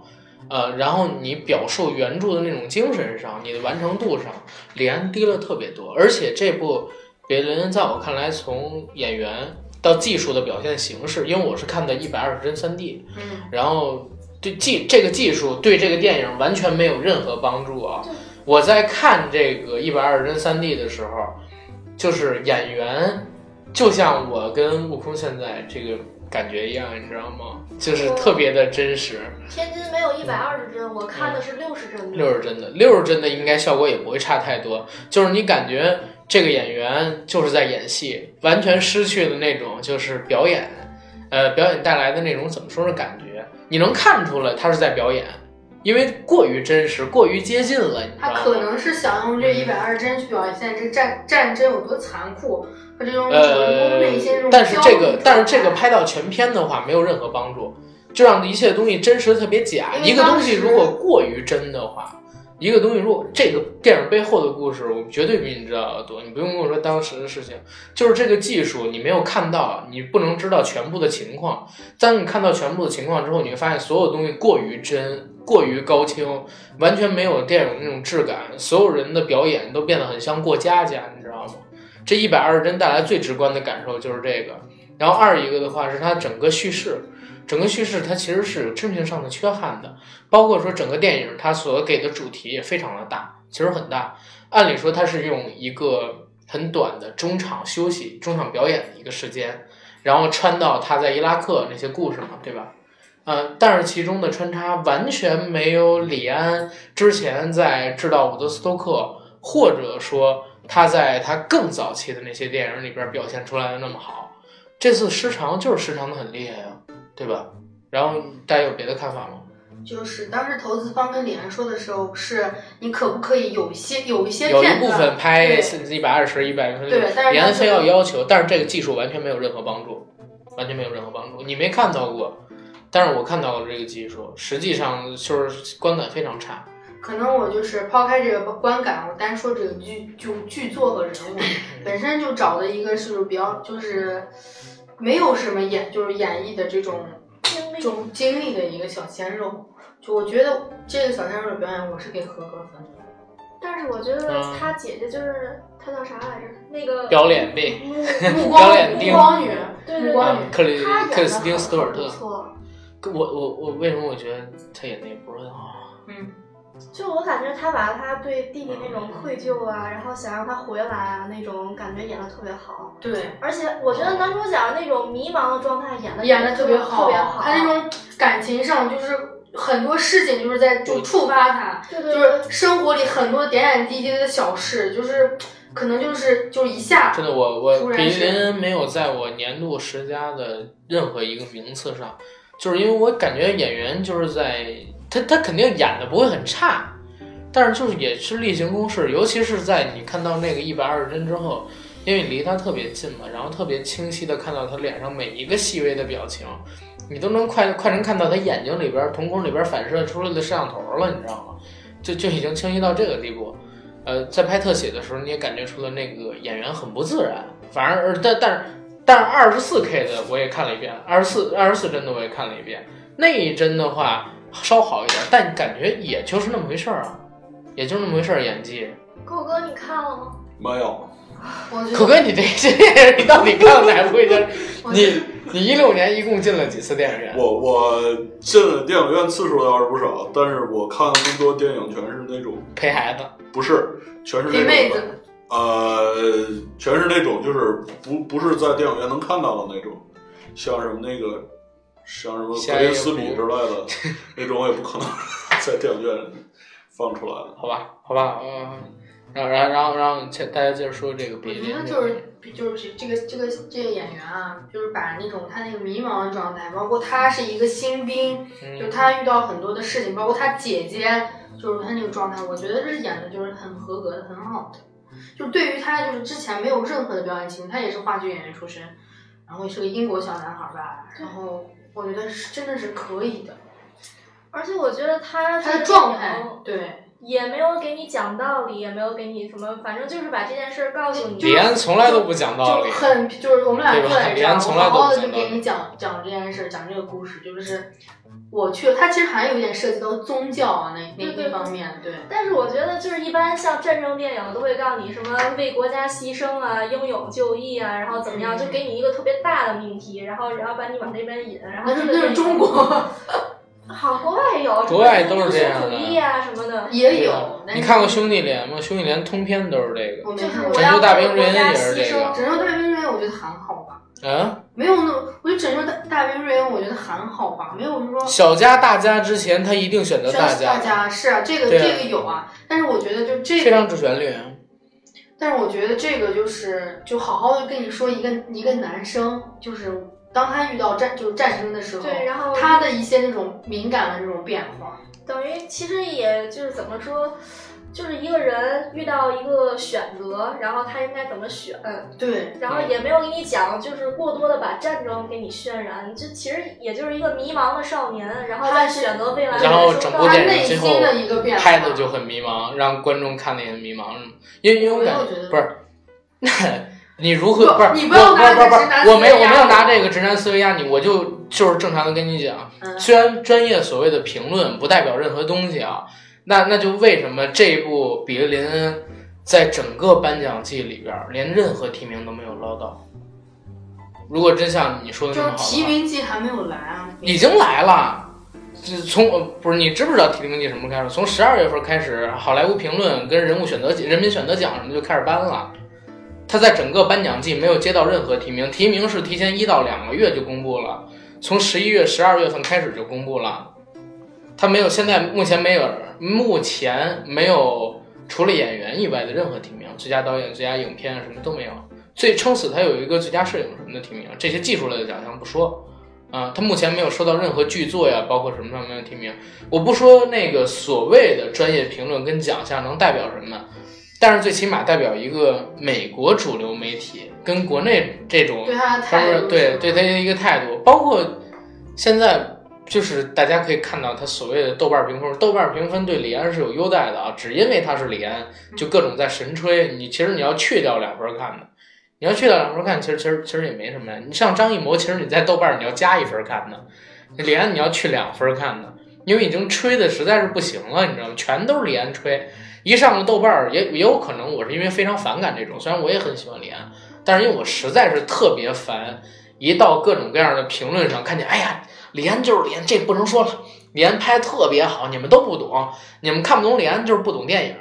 Speaker 1: 呃，然后你表述原著的那种精神上，你的完成度上，李安低了特别多。而且这部《别林》在我看来，从演员到技术的表现形式，因为我是看的一百二十帧三 D，
Speaker 2: 嗯，
Speaker 1: 然后对技这个技术对这个电影完全没有任何帮助啊
Speaker 4: 对！
Speaker 1: 我在看这个一百二十帧三 D 的时候，就是演员就像我跟悟空现在这个感觉一样，你知道吗？就是特别的真实，
Speaker 4: 天津没有一百二十帧，我看的是六十帧的。
Speaker 1: 六十帧的，六十帧的应该效果也不会差太多，就是你感觉这个演员就是在演戏，完全失去了那种就是表演，呃，表演带来的那种怎么说呢感觉，你能看出来他是在表演，因为过于真实，过于接近了，你知
Speaker 2: 他
Speaker 1: 道
Speaker 2: 可
Speaker 1: 吗？
Speaker 2: 能是想用这一百二十帧去表现这战战争有多残酷，和这种主人公
Speaker 1: 呃
Speaker 2: 内心这种，
Speaker 1: 但是
Speaker 2: 焦
Speaker 1: 这
Speaker 2: 虑
Speaker 1: 个
Speaker 2: 状
Speaker 1: 但是这个
Speaker 2: 态
Speaker 1: 拍到全片的话没有任何帮助，就让一切东西真实得特别假。
Speaker 2: 因为
Speaker 1: 一个东西
Speaker 2: 当时
Speaker 1: 如果过于真的话，一个东西如果这个电影背后的故事，我绝对比你知道的多。你不用跟我说当时的事情，就是这个技术你没有看到，你不能知道全部的情况。当你看到全部的情况之后，你会发现所有东西过于真。过于高清，完全没有电影那种质感，所有人的表演都变得很像过家家，你知道吗？这一百二十帧带来最直观的感受就是这个。然后二一个的话是它整个叙事，整个叙事它其实是有致命上的缺憾的，包括说整个电影它所给的主题也非常的大，其实很大。按理说它是用一个很短的中场休息、中场表演的一个时间，然后穿到他在伊拉克那些故事嘛，对吧？呃，但是其中的穿插完全没有李安之前在《制造伍德斯托克》或者说他在他更早期的那些电影里边表现出来的那么好。这次失常就是失常的很厉害呀、对吧？然后大家有别的看法吗？
Speaker 2: 就是当时投资方跟李安说的时候，是你可不可以有一些有一些
Speaker 1: 有一
Speaker 2: 片
Speaker 1: 部
Speaker 2: 段
Speaker 1: 分拍
Speaker 2: 对
Speaker 1: 一百二十、一百分，
Speaker 2: 对，但是
Speaker 1: 李安
Speaker 2: 他
Speaker 1: 非
Speaker 2: 就
Speaker 1: 要要求，但是这个技术完全没有任何帮助，完全没有任何帮助。你没看到过但是我看到了这个技术，实际上就是观感非常差。
Speaker 2: 可能我就是抛开这个观感，我单说这个剧就剧作和人物，
Speaker 1: 嗯
Speaker 2: 本身就找的一个是比较就是没有什么演就是演绎的这种
Speaker 4: 经
Speaker 2: 这
Speaker 4: 历
Speaker 2: 种经历的一个小鲜肉，就我觉得这个小鲜肉的表演我是给合格分的。
Speaker 4: 但是我觉得
Speaker 1: 嗯
Speaker 4: 他姐姐就是她叫啥来着？那个
Speaker 1: 表脸呗
Speaker 4: 目
Speaker 2: 目
Speaker 1: 表
Speaker 4: 目
Speaker 2: 光
Speaker 1: 演
Speaker 2: 目
Speaker 1: 丁
Speaker 2: 光女，
Speaker 4: 对
Speaker 2: 目
Speaker 4: 对
Speaker 2: 光
Speaker 4: 对，
Speaker 1: 啊，克里
Speaker 4: 她演
Speaker 1: 克里
Speaker 4: 的
Speaker 1: 斯汀斯图尔
Speaker 4: 不
Speaker 1: 特，
Speaker 4: 错。
Speaker 1: 我我我为什么我觉得他演的也不是很好？
Speaker 4: 就我感觉他把他对弟弟那
Speaker 2: 嗯
Speaker 4: 种愧疚啊，然后想让他回来啊那种感觉演的特别好，
Speaker 2: 对，
Speaker 4: 而且我觉得男主角那种迷茫的状态演的
Speaker 2: 演的特
Speaker 4: 特
Speaker 2: 别
Speaker 4: 好，特别好。
Speaker 2: 他那种感情上就是很多事情就是在就触发他，
Speaker 4: 对对啊
Speaker 2: 就
Speaker 4: 对，
Speaker 2: 是生活里很多点点滴滴的小事，就是可能就是就是一下
Speaker 1: 真的，我我
Speaker 2: 突
Speaker 1: 比
Speaker 2: 然
Speaker 1: 利
Speaker 2: 是嗯
Speaker 1: 林恩没有在我年度十佳的任何一个名次上，就是因为我感觉演员就是在他他肯定演的不会很差，但是就是也是例行公事，尤其是在你看到那个一百二十帧之后，因为你离他特别近嘛，然后特别清晰的看到他脸上每一个细微的表情，你都能快快能看到他眼睛里边儿瞳孔里边儿反射出来的摄像头了，你知道吗？就就已经清晰到这个地步。呃，在拍特写的时候，你也感觉出了那个演员很不自然。反而，呃但但是但是二十四 K 的我也看了一遍，二十四二十四帧的我也看了一遍，那一帧的话稍好一点，但感觉也就是那么回事儿啊，也就是那么回事儿演技。
Speaker 4: 狗哥你看了吗？
Speaker 5: 没有，
Speaker 2: 我觉
Speaker 1: 可
Speaker 2: 得
Speaker 1: 哥，你这这电影你到底看了哪部？就是
Speaker 2: 我觉
Speaker 1: 你
Speaker 2: 得
Speaker 1: 你一六年一共进了几次电影院？
Speaker 5: 我我进电影院次数倒是不少，但是我看的更多电影全是那种
Speaker 1: 陪孩子，
Speaker 5: 不是，全是那
Speaker 2: 给妹
Speaker 5: 种
Speaker 2: 子
Speaker 5: 呃，全是那种就是不不是在电影院能看到的那种，像什么那个像什么格林斯比之类的那种，我也不可能 在电影院放出来的。
Speaker 1: 好吧，好吧，呃，然后然后然后然后切大家接着说这个
Speaker 2: 我
Speaker 1: 比
Speaker 2: 觉
Speaker 1: 利
Speaker 2: 得
Speaker 1: 林
Speaker 2: 就是就是这个这个这个演员啊，就是把那种他那个迷茫的状态，包括他是一个新兵，
Speaker 1: 嗯
Speaker 2: 就他遇到很多的事情，包括他姐姐，就是他那个状态，我觉得这演的就是很合格的，很好的。就是对于他，就是之前没有任何的表演经历，他也是话剧演员出身，然后也是个英国小男孩吧，然后我觉得是真的是可以的，
Speaker 4: 而且我觉得
Speaker 2: 他
Speaker 4: 他这
Speaker 2: 的
Speaker 4: 个
Speaker 2: 状
Speaker 4: 电
Speaker 2: 态
Speaker 4: 影
Speaker 2: 对。
Speaker 4: 也没有给你讲道理，也没有给你什么，反正就是把这件事儿告诉你。
Speaker 1: 李安从来都不讲道理
Speaker 2: 就。很就是我们俩坐在这儿，
Speaker 1: 对吧
Speaker 2: 我好好的就给你讲讲这件事儿，讲这个故事，就是我去，它其实还有一点涉及到宗教啊那那
Speaker 4: 对对
Speaker 2: 那方面，对，
Speaker 4: 但是我觉得，就是一般像战争电影都会告诉你什么为国家牺牲啊、英勇就义啊，然后怎么样，
Speaker 2: 嗯
Speaker 4: 就给你一个特别大的命题，然后然后把你往那边引，然后
Speaker 1: 啊
Speaker 2: 那是
Speaker 4: 这个
Speaker 2: 那是中国
Speaker 4: 好，国外也有，
Speaker 1: 国外都是这
Speaker 4: 什
Speaker 1: 样
Speaker 4: 么
Speaker 1: 的
Speaker 4: 英雄主义啊什么的。
Speaker 2: 也
Speaker 1: 对
Speaker 2: 有
Speaker 1: 啊，
Speaker 2: 但是
Speaker 1: 你看过《兄弟连》吗？《兄弟连》通篇都是这个。
Speaker 2: 我没
Speaker 4: 就是
Speaker 2: 看过
Speaker 4: 我
Speaker 1: 拯
Speaker 4: 要
Speaker 1: 救大兵
Speaker 4: 为
Speaker 1: 瑞
Speaker 4: 国
Speaker 1: 恩
Speaker 4: 家
Speaker 1: 也是这
Speaker 4: 牺牲
Speaker 1: 个
Speaker 2: 《拯救大兵瑞恩》，我觉得还好吧，
Speaker 1: 嗯，
Speaker 2: 没有那，我觉得《拯救大大兵瑞恩》我觉得还好吧，没有说
Speaker 1: 小家大家之前，他一定选择
Speaker 2: 真是
Speaker 1: 家，
Speaker 2: 大家是啊，这个
Speaker 1: 对
Speaker 2: 这
Speaker 1: 啊
Speaker 2: 个有啊，但是我觉得就这
Speaker 1: 非
Speaker 2: 个
Speaker 1: 常主旋律。
Speaker 2: 但是我觉得这个就是，就好好的跟你说一个一个男生，就是当他遇到战就是战争的时候，
Speaker 4: 对，然后
Speaker 2: 他的一些那种敏感的这种变化，
Speaker 4: 等于其实也就是怎么说，就是一个人遇到一个选择，然后他应该怎么选，
Speaker 2: 对
Speaker 4: 然后也没有给你讲，就是过多的把战争给你渲染，这其实也就是一个迷茫的少年，然后再选择未来的
Speaker 1: 然后
Speaker 4: 人生
Speaker 1: 整
Speaker 4: 道
Speaker 1: 部
Speaker 4: 路
Speaker 2: 他
Speaker 1: 电
Speaker 2: 内
Speaker 1: 影最
Speaker 2: 心
Speaker 1: 后
Speaker 2: 的一个变化，
Speaker 1: 拍的就很迷茫，让观众看的也很迷茫，因为因为我感
Speaker 2: 我没有觉得
Speaker 1: 不是，那 你如何
Speaker 2: 不
Speaker 1: 是？
Speaker 2: 你
Speaker 1: 你
Speaker 2: 不
Speaker 1: 不
Speaker 2: 要拿
Speaker 1: 不
Speaker 2: 这
Speaker 1: 是
Speaker 2: 个
Speaker 1: 不
Speaker 2: 直男
Speaker 1: 是，我没有
Speaker 2: 思维啊
Speaker 1: 我
Speaker 2: 压
Speaker 1: 没有拿
Speaker 2: 我
Speaker 1: 这个直男思维压啊你，我就就是正常的跟你讲，
Speaker 2: 嗯
Speaker 1: 虽然专业所谓的评论不代表任何东西啊，那那就为什么这一部《比利林恩》在整个颁奖季里边儿连任何提名都没有捞到？如果真像你说的
Speaker 2: 就
Speaker 1: 那么
Speaker 2: 是
Speaker 1: 好的话，
Speaker 2: 提名季还没有来啊，
Speaker 1: 已经来了。这从呃不是你知不知道提名季什么时候开始？从十二月份开始，好莱坞评论跟人物选择人民选择奖什么就开始颁了。他在整个颁奖季没有接到任何提名，提名是提前一到两个月就公布了，从十一月、十二月份开始就公布了。他没有，现在目前没有，目前没有除了演员以外的任何提名，最佳导演、最佳影片什么都没有。最撑死他有一个最佳摄影什么的提名，这些技术类的奖项不说。啊，他目前没有收到任何剧作呀，包括什么上面的提名。我不说那个所谓的专业评论跟奖项能代表什么，但是最起码代表一个美国主流媒体跟国内这种
Speaker 2: 对他的
Speaker 1: 他
Speaker 2: 态
Speaker 1: 们
Speaker 2: 度，
Speaker 1: 对对他，的一个态度，包括现在就是大家可以看到，它所谓的豆瓣评分，豆瓣评分对李安是有优待的啊，只因为他是李安，就各种在神吹。你其实你要去掉两分看的，你要去掉两分看，其实其实其实也没什么呀。你像张艺谋，其实你在豆瓣你要加一分看的，李安你要去两分看的，因为已经吹的实在是不行了，你知道吗？全都是李安吹，一上了豆瓣儿也也有可能我是因为非常反感这种，虽然我也很喜欢李安，但是因为我实在是特别烦，一到各种各样的评论上看见，哎呀。李安就是李安，这不能说了。李安拍特别好，你们都不懂，你们看不懂李安就是不懂电影。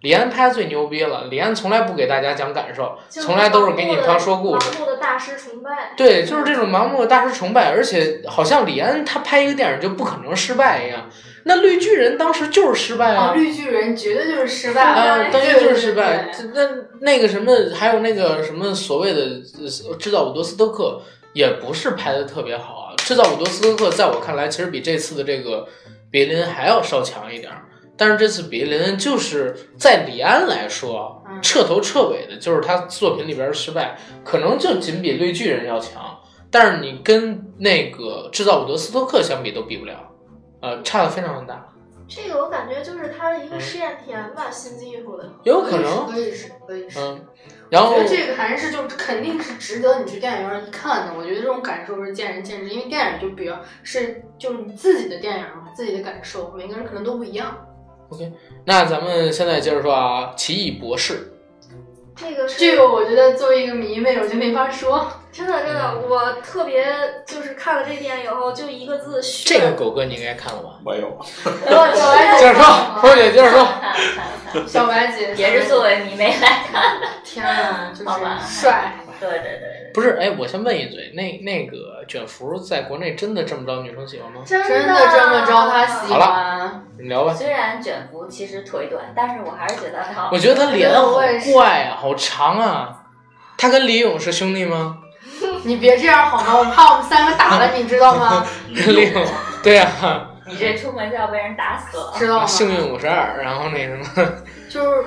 Speaker 1: 李安拍最牛逼了，李安从来不给大家讲感受，
Speaker 4: 就是
Speaker 1: 从来都是给你一条说故事
Speaker 4: 盲目的大师崇拜，
Speaker 1: 对，就是这种盲目的大师崇拜，而且好像李安他拍一个电影就不可能失败一样。那绿巨人当时就是失败
Speaker 2: 啊，
Speaker 1: 啊，
Speaker 2: 绿巨人绝对就是失 败
Speaker 1: 啊
Speaker 2: 了，，
Speaker 1: 当
Speaker 2: 对
Speaker 1: 时就是
Speaker 2: 对
Speaker 1: 失败。
Speaker 2: 对
Speaker 1: 这那那个什么，还有那个什么所谓的呃制造伍德斯托克，也不是拍的特别好啊。制造伍德斯托克在我看来，其实比这次的这个别林还要稍强一点儿。但是这次别林就是在李安来说，啊
Speaker 2: 嗯
Speaker 1: 彻头彻尾的就是他作品里边的失败，可能就仅比绿巨人要强。但是你跟那个制造伍德斯托克相比都比不了，呃，差的非常大，
Speaker 4: 这个我感觉就是他的一个试验田吧，新技术的。
Speaker 1: 嗯有可能，
Speaker 2: 可以是可以是。
Speaker 1: 嗯。然后
Speaker 2: 我觉得这个还是就是肯定是值得你去电影院一看的。我觉得这种感受是见仁见智，因为电影就比较是就是你自己的电影嘛，自己的感受，每个人可能都不一样。
Speaker 1: 那咱们现在接着说啊，《奇异博士
Speaker 4: 这个是
Speaker 2: 这个我觉得作为一个迷妹，我就没法说。
Speaker 4: 真的真的，
Speaker 1: 嗯
Speaker 4: 我特别就是看了这电影以后，就一个字》炫。
Speaker 2: 嗯
Speaker 1: 这个狗哥你应该看了吧？
Speaker 5: 没有，
Speaker 2: 然后小白
Speaker 1: 接着说，波姐接着说。
Speaker 3: 看看看
Speaker 2: 小白姐
Speaker 4: 嗯
Speaker 3: 也是作为迷妹来看，
Speaker 2: 天呐，就
Speaker 3: 好吧
Speaker 2: 是帅，
Speaker 3: 对对对对，
Speaker 1: 不是，哎，我先问一嘴，那那个卷福在国内真的这么招女生喜欢吗？
Speaker 4: 真的
Speaker 2: 真的这么招他喜
Speaker 1: 好
Speaker 2: 欢？
Speaker 1: 你们聊吧。
Speaker 3: 虽然卷福其实腿短，但是我还是觉得他
Speaker 1: 我觉得他脸好
Speaker 2: 我也是
Speaker 1: 怪啊，好长啊。他跟李咏是兄弟吗？
Speaker 2: 你别这样好吗？我怕我们三个打了你，知道 吗？
Speaker 1: 跟李咏，对啊，
Speaker 3: 你这出门就要被人打死
Speaker 4: 嗯
Speaker 3: 了。
Speaker 2: 知道吗？
Speaker 1: 幸运五十二，然后那什么，
Speaker 2: 就是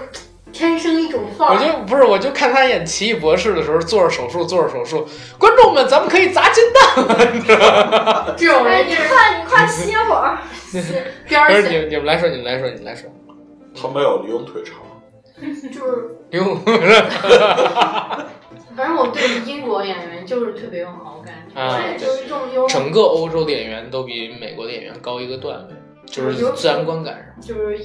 Speaker 2: 天生一种范
Speaker 1: 我
Speaker 2: 儿。
Speaker 1: 就不是，我就看他演《奇异博士》的时候，做着手术，做着手术，观众们，咱们可以砸金蛋，你知道吗？
Speaker 2: 这种
Speaker 4: 哎，
Speaker 2: 人
Speaker 4: 你
Speaker 2: 就是
Speaker 4: 快你
Speaker 1: 嗯
Speaker 4: 快歇会儿。
Speaker 2: 边
Speaker 1: 不
Speaker 2: 儿
Speaker 1: 是，你
Speaker 2: 写，
Speaker 1: 们你们来说，你们来说，你们来说，
Speaker 5: 他没有李咏腿长。
Speaker 2: 就是
Speaker 1: 李咏不是
Speaker 2: 反正我对英国演员就是特别有好感，
Speaker 1: 啊
Speaker 2: 对，就是一种优，
Speaker 1: 整个欧洲的演员都比美国的演员高一个段位，就是自然观感上。
Speaker 2: 就是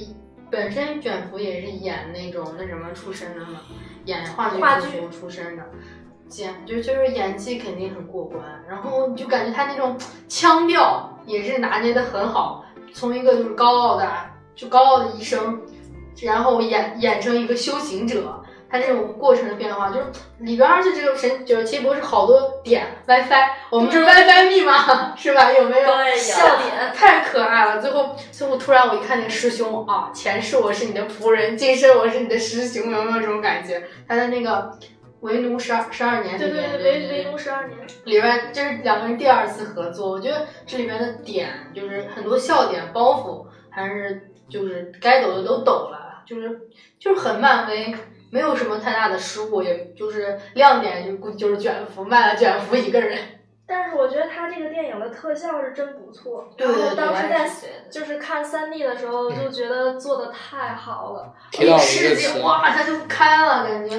Speaker 2: 本身卷福也是演那种那什么出身的嘛，演话剧
Speaker 4: 话
Speaker 2: 剧出身的。简直就是演技肯定很过关，然后你就感觉他那种腔调也是拿捏的很好，从一个就是高傲的就高傲的医生，然后演演成一个修行者，他这种过程的变化，就是里边儿就这个神就是奇异博士好多点 WiFi，我们这 WiFi 密码是吧？有没有？
Speaker 3: 对有
Speaker 2: 笑点太可爱了。最后最后突然我一看那个师兄啊，前世我是你的仆人，今生我是你的师兄，有没有这种感觉？他在那个为奴十二十二年里
Speaker 4: 对
Speaker 2: 面，
Speaker 4: 对对，维维奴十二年，
Speaker 2: 里边这是两个人第二次合作，我觉得这里面的点就是很多笑点包袱还是就是该抖的都抖了，就是就是很漫威，没有什么太大的失误，也就是亮点就估计就是卷福卖了卷福一个人，
Speaker 4: 但是我觉得他这个电影的特效是真不错。
Speaker 2: 对
Speaker 4: 然后当时在
Speaker 3: 觉得
Speaker 4: 就是看三 D 的时候，
Speaker 1: 嗯
Speaker 4: 就觉得做的太好了。
Speaker 1: 提到了一
Speaker 2: 世
Speaker 1: 个
Speaker 2: 界
Speaker 1: 词，
Speaker 2: 哇他就开了，感觉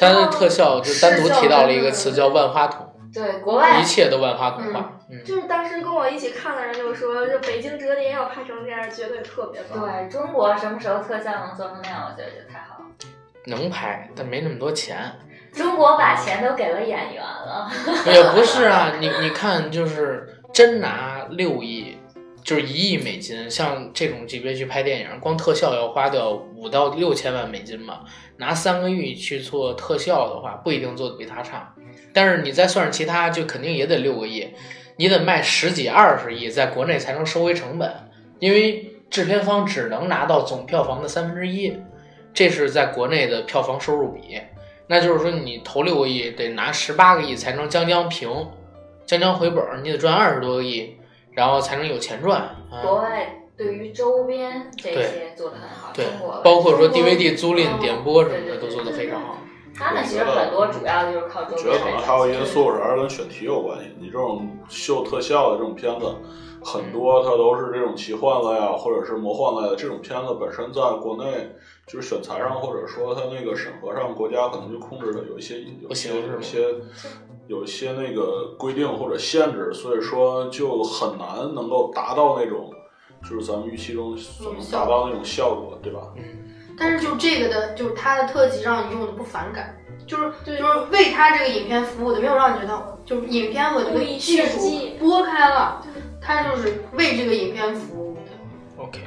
Speaker 1: 它的特效就单独提到了一个词叫万花筒，
Speaker 3: 对国
Speaker 2: 嗯
Speaker 3: 外
Speaker 1: 一切都万花筒化。嗯，
Speaker 4: 就是当时跟我一起看的人就说，这北京折叠要拍成这样，绝对特别棒。
Speaker 3: 对中国什么时候特效能做成那样，我觉得就太好了。
Speaker 1: 能拍，但没那么多钱。
Speaker 3: 中国把钱都给了演员了，
Speaker 1: 也不是啊， 你你看，就是真拿六亿，就是一亿美金，像这种级别去拍电影，光特效要花掉五到六千万美金吧。拿三个亿去做特效的话，不一定做的比它差，但是你再算上其他，就肯定也得六个亿，你得卖十几二十亿，在国内才能收回成本，因为制片方只能拿到总票房的三分之一，这是在国内的票房收入比。那就是说你投六个亿，得拿十八个亿才能将将平，将将回本儿，你得赚二十多个亿，然后才能有钱赚。
Speaker 3: 国
Speaker 1: 啊、
Speaker 3: 外对于周边这些做的很好，
Speaker 1: 对
Speaker 3: 中国，
Speaker 1: 包括说
Speaker 3: 中国
Speaker 1: DVD 租赁、点播什么
Speaker 3: 对
Speaker 1: 的
Speaker 3: 对
Speaker 1: 都做得非常好。
Speaker 3: 他们其实很多主要就是靠周
Speaker 5: 我觉
Speaker 3: 边的
Speaker 5: 得可
Speaker 3: 东
Speaker 5: 能
Speaker 3: 西。
Speaker 5: 还有一些所有人跟选题有关系。你这种秀特效的这种片子，
Speaker 1: 嗯
Speaker 5: 很多它都是这种奇幻类啊，或者是魔幻类的这种片子，本身在国内就是选材上，或者说它那个审核上，国家可能就控制的有一些有
Speaker 1: 不
Speaker 5: 一些
Speaker 1: 行是吗
Speaker 5: 有一些有一些那个规定或者限制，所以说就很难能够达到那种就是咱们预期中所能达到那种效果，对吧？
Speaker 1: 嗯，
Speaker 2: 但是就这个的，就是它的特技让你用的不反感，就是
Speaker 4: 对
Speaker 2: 就是为它这个影片服务的，没有让你觉得就是影片我这个
Speaker 4: 故意
Speaker 2: 技
Speaker 4: 炫
Speaker 2: 术
Speaker 4: 技
Speaker 2: 拨开了，它就是为这个影片服务的，
Speaker 1: OK，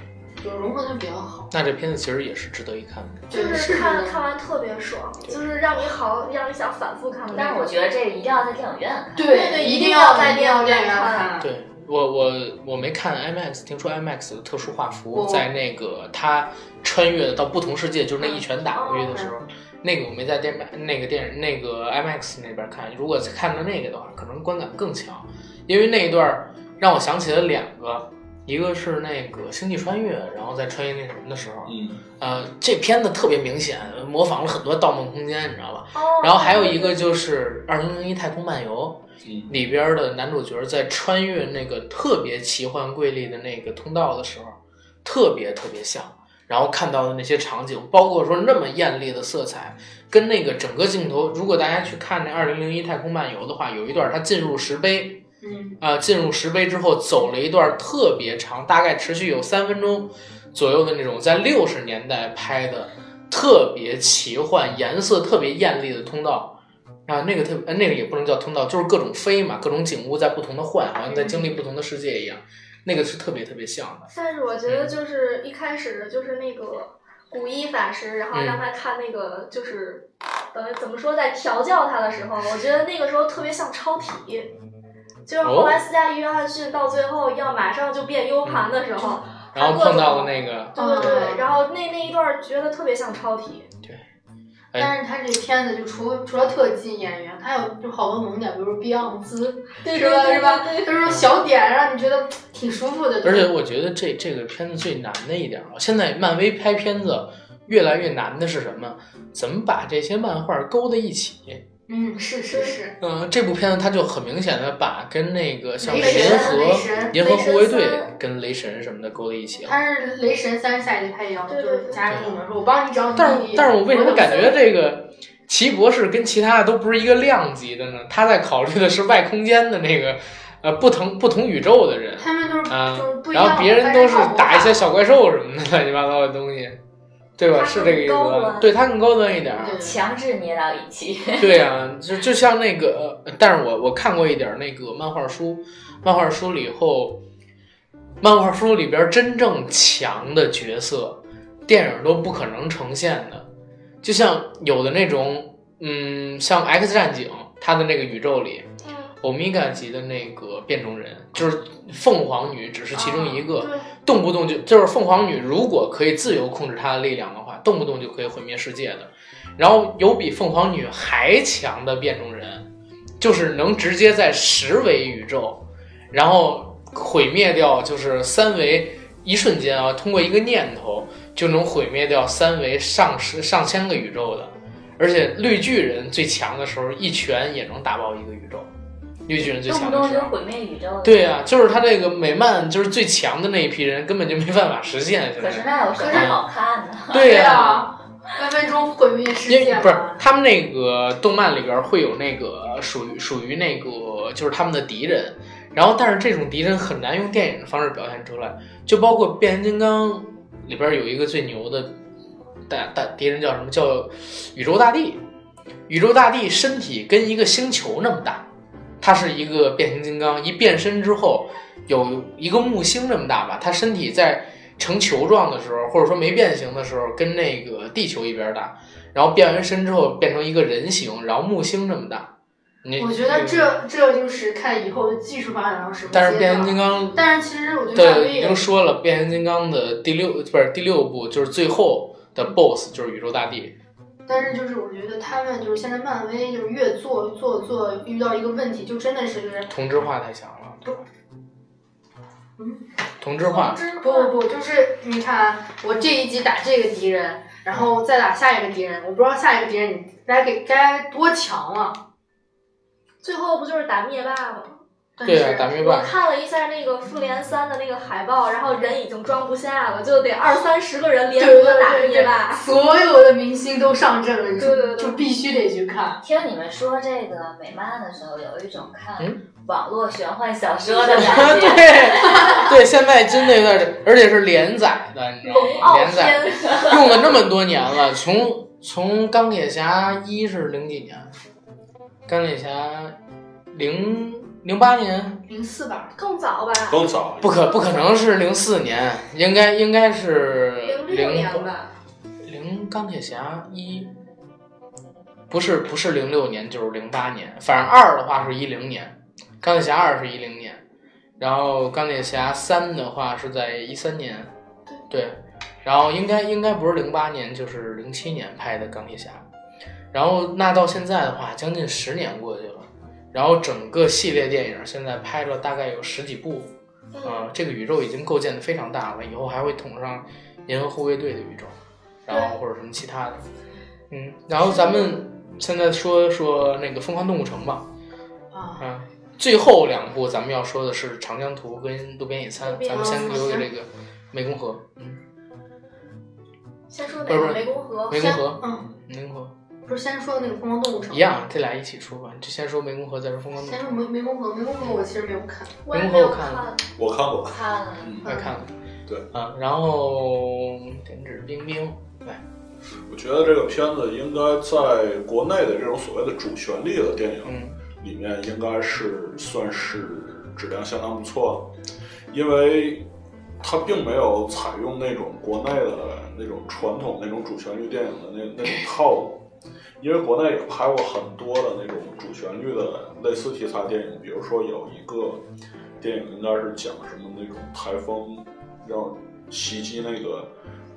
Speaker 2: 就融合的比较好。
Speaker 1: 那这片子其实也是值得一看的。
Speaker 4: 就是看看完特别爽，就是让你好，让你想反复看的那种。
Speaker 3: 但是我觉得这一定要在电影院看。
Speaker 2: 对
Speaker 4: 对对
Speaker 2: 一
Speaker 4: 一定
Speaker 2: 要
Speaker 4: 要在
Speaker 2: 电影
Speaker 4: 电影
Speaker 2: 院
Speaker 4: 院
Speaker 2: 看。
Speaker 1: 对我我我没看 IMAX，听说 IMAX 的特殊画
Speaker 2: 我
Speaker 1: 幅在那个他穿越到不同世界，就是那一拳打过去的时候，那个我没在电那个电那个 IMAX 那边看。如果看到那个的话，可能观感更强，因为那一段儿让我想起了两个，一个是那个《星际穿越》，然后在穿越那什么的时候，
Speaker 5: 嗯，
Speaker 1: 呃，这片子特别明显模仿了很多《盗梦空间》，你知道吧？
Speaker 4: 哦
Speaker 1: 然后还有一个就是《二零零一太空漫游》
Speaker 5: 嗯
Speaker 1: 里边的男主角在穿越那个特别奇幻瑰丽的那个通道的时候，特别特别像。然后看到的那些场景，包括说那么艳丽的色彩，跟那个整个镜头，如果大家去看那《二零零一太空漫游》的话，有一段他进入石碑，
Speaker 2: 嗯，
Speaker 1: 啊、进入石碑之后走了一段特别长，大概持续有三分钟左右的那种，在六十年代拍的特别奇幻、颜色特别艳丽的通道。啊，那个特别呃，那个也不能叫通道，就是各种飞嘛，各种景物在不同的换，好像在经历不同的世界一样，那个是特别特别像的。
Speaker 4: 但是我觉
Speaker 1: 嗯
Speaker 4: 得就是一开始就是那个古一法师，然
Speaker 1: 嗯
Speaker 4: 后让他看那个就是，呃，怎么说，在调教他的时候，我觉得那个时候特别像超体。就是后
Speaker 1: 哦
Speaker 4: 来斯嘉丽·约翰逊到最后要马上就变 U 盘的时候，
Speaker 1: 嗯然后碰到了那嗯个，
Speaker 4: 对对对，然后那那一段儿觉得特别像超体，
Speaker 1: 哎
Speaker 2: 但是他这片子就除除了特技演员，他有就好多萌点，比如说碧昂 斯，
Speaker 4: 对
Speaker 2: 是吧是吧？
Speaker 4: 对
Speaker 2: 就是这种小点让你觉得挺舒服的。
Speaker 1: 而且我觉得这这个片子最难的一点啊，现在漫威拍片子越来越难的是什么？怎么把这些漫画勾在一起？
Speaker 2: 嗯，是是是，
Speaker 1: 嗯、这部片子它就很明显的把跟那个像
Speaker 2: 雷
Speaker 1: 银
Speaker 2: 神雷
Speaker 1: 河、
Speaker 2: 神，
Speaker 1: 银河护卫
Speaker 4: 雷
Speaker 1: 队
Speaker 4: 神三
Speaker 1: 跟雷神什么的勾在一起了。
Speaker 2: 他是雷神三下一他也要就
Speaker 4: 对
Speaker 2: 是
Speaker 4: 对
Speaker 2: 加入嘛，说我帮你找你
Speaker 1: 但
Speaker 2: 弟
Speaker 1: 是
Speaker 2: 弟。
Speaker 1: 但是我为什么
Speaker 2: 等
Speaker 1: 感觉
Speaker 2: 森
Speaker 1: 这个奇异博士跟其他的都不是一个量级的呢？他在考虑的是外空间的那个呃不同不同宇宙的人
Speaker 2: 他们都是
Speaker 1: 啊、
Speaker 2: 就是不一样
Speaker 1: 然
Speaker 2: 的，
Speaker 1: 后别人都是打一些
Speaker 2: 但
Speaker 1: 小怪兽什么的乱七八糟的东西，对吧？
Speaker 4: 他
Speaker 1: 是
Speaker 4: 更
Speaker 1: 这个意思
Speaker 4: 高
Speaker 1: 吧？
Speaker 4: 端
Speaker 1: 对他更高端一点儿。
Speaker 2: 是
Speaker 3: 强制捏到一 起，
Speaker 1: 对啊，就就像那个，呃但是我我看过一点儿那个漫画书，漫画书里后，漫画书里边儿真正强的角色，电影都不可能呈现的。就像有的那种，嗯，像《X 战警》它的那个宇宙里，
Speaker 4: 嗯，
Speaker 1: 欧米伽级的那个变种人，就是凤凰女，只是其中一个，
Speaker 4: 对，
Speaker 1: 动不动就就是凤凰女，如果可以自由控制她的力量的话，动不动就可以毁灭世界的。然后有比凤凰女还强的变种人，就是能直接在十维宇宙，然后毁灭掉就是三维，一瞬间啊，通过一个念头就能毁灭掉三维上十上千个宇宙的。而且绿巨人最强的时候，一拳也能打爆一个宇宙。绿巨人最
Speaker 3: 动
Speaker 1: 强
Speaker 3: 不
Speaker 1: 的
Speaker 3: 动
Speaker 1: 时
Speaker 3: 就
Speaker 1: 候，
Speaker 3: 毁灭宇宙。
Speaker 1: 对呀、就是他这个美漫就是最强的那一批人，根本就没办法实现。现
Speaker 3: 可是
Speaker 1: 在，
Speaker 3: 那有什么好看的？
Speaker 1: 对呀、
Speaker 4: 啊
Speaker 2: 分分钟毁灭啊世
Speaker 1: 因为
Speaker 2: 界
Speaker 1: 不是
Speaker 2: 了
Speaker 1: 他们那个动漫里边会有那个属于属于那个就是他们的敌人，然后但是这种敌人很难用电影的方式表现出来，就包括变形金刚里边有一个最牛的大大敌人叫什么叫宇宙大帝，宇宙大帝身体跟一个星球那么大，他是一个变形金刚，一变身之后有一个木星这么大吧，他身体在成球状的时候，或者说没变形的时候，跟那个地球一边大，然后变完身之后变成一个人形，然后木星这么大。你
Speaker 2: 我觉得，这这就是看以后的技术发展到什么阶段。
Speaker 1: 但是变形金刚
Speaker 2: 但是其实我觉得漫
Speaker 1: 的
Speaker 2: 威
Speaker 1: 已
Speaker 2: 也
Speaker 1: 经说了，变形金刚的第
Speaker 2: 嗯
Speaker 1: 六不是第六部就是最后的 BOSS 就是宇宙大帝，
Speaker 2: 但是就是我觉得他们就是现在漫威就是越做做做遇到一个问题，就真的是
Speaker 1: 同质化太强了
Speaker 2: 嗯。
Speaker 1: 同质化，
Speaker 2: 不不不，就是你看啊我这一集打这个敌人，然后再打下一个敌人。我不知道下一个敌人你该给该多强啊！
Speaker 4: 最后不就是打灭霸吗？
Speaker 2: 但
Speaker 1: 对啊，
Speaker 2: 是
Speaker 1: 打灭
Speaker 4: 我
Speaker 1: 霸，
Speaker 4: 看了一下那个复联三的那个海报，然后人已经装不下了，就得二三十个人联合打灭霸。
Speaker 2: 所有的明星都上阵了，你
Speaker 4: 对对对
Speaker 2: 就必须得去看。
Speaker 3: 听你们说这个美漫的时候，有一种看
Speaker 1: 嗯
Speaker 3: 网络玄幻小说的感觉。
Speaker 1: 对对，现在真的有点儿，而且是连载的，你知道
Speaker 4: 龙
Speaker 1: 吗？
Speaker 4: 傲
Speaker 1: 连载
Speaker 4: 天，
Speaker 1: 用了这么多年了，从从钢铁侠一是零几年，钢铁侠零零八年，
Speaker 2: 零四吧，
Speaker 4: 更早吧，
Speaker 5: 更早，
Speaker 1: 不可不可能是零四年，应该应该是
Speaker 4: 零六
Speaker 1: 零
Speaker 4: 年吧。
Speaker 1: 零钢铁侠一，不是不是零六年就是零八年，反正二的话是一零年，钢铁侠二是一零年，然后钢铁侠三的话是在一三年，对，然后应该应该不是零八年就是零七年拍的钢铁侠，然后那到现在的话将近十年过去了，然后整个系列电影现在拍了大概有十几部，
Speaker 4: 嗯，
Speaker 1: 呃，这个宇宙已经构建的非常大了，以后还会捅上银河护卫队的宇宙，然后或者什么其他的。嗯，然后咱们现在说说那个《疯狂动物城》吧。
Speaker 2: 啊，
Speaker 1: 啊，最后两部咱们要说的是《长江图》跟《路边野餐
Speaker 4: 路》，边
Speaker 1: 咱们先留给这个湄公河。嗯，
Speaker 4: 先说哪
Speaker 1: 不是
Speaker 4: 个
Speaker 1: 不是
Speaker 4: 湄公河？
Speaker 1: 湄公
Speaker 2: 先
Speaker 1: 河，
Speaker 2: 嗯，
Speaker 1: 湄公河
Speaker 2: 不是先说那个《疯狂动物城》吗
Speaker 1: 一样，这俩一起说吧。就先说湄公河，再说《疯狂动物
Speaker 2: 先
Speaker 1: 城
Speaker 2: 说湄湄公河，湄公河我其实没有看，
Speaker 4: 我也没有
Speaker 1: 湄公河我看了
Speaker 4: 看。
Speaker 5: 我看过，
Speaker 3: 看了，
Speaker 5: 嗯》，
Speaker 1: 快看了。
Speaker 5: 对
Speaker 1: 啊，然后点指冰冰，
Speaker 5: 我觉得这个片子应该在国内的这种所谓的主旋律的电影
Speaker 1: 嗯
Speaker 5: 里面，应该是算是质量相当不错的，因为它并没有采用那种国内的那种传统那种主旋律电影的那那种套路。因为国内也拍过很多的那种主旋律的类似题材电影，比如说有一个电影应该是讲什么那种台风要袭击那个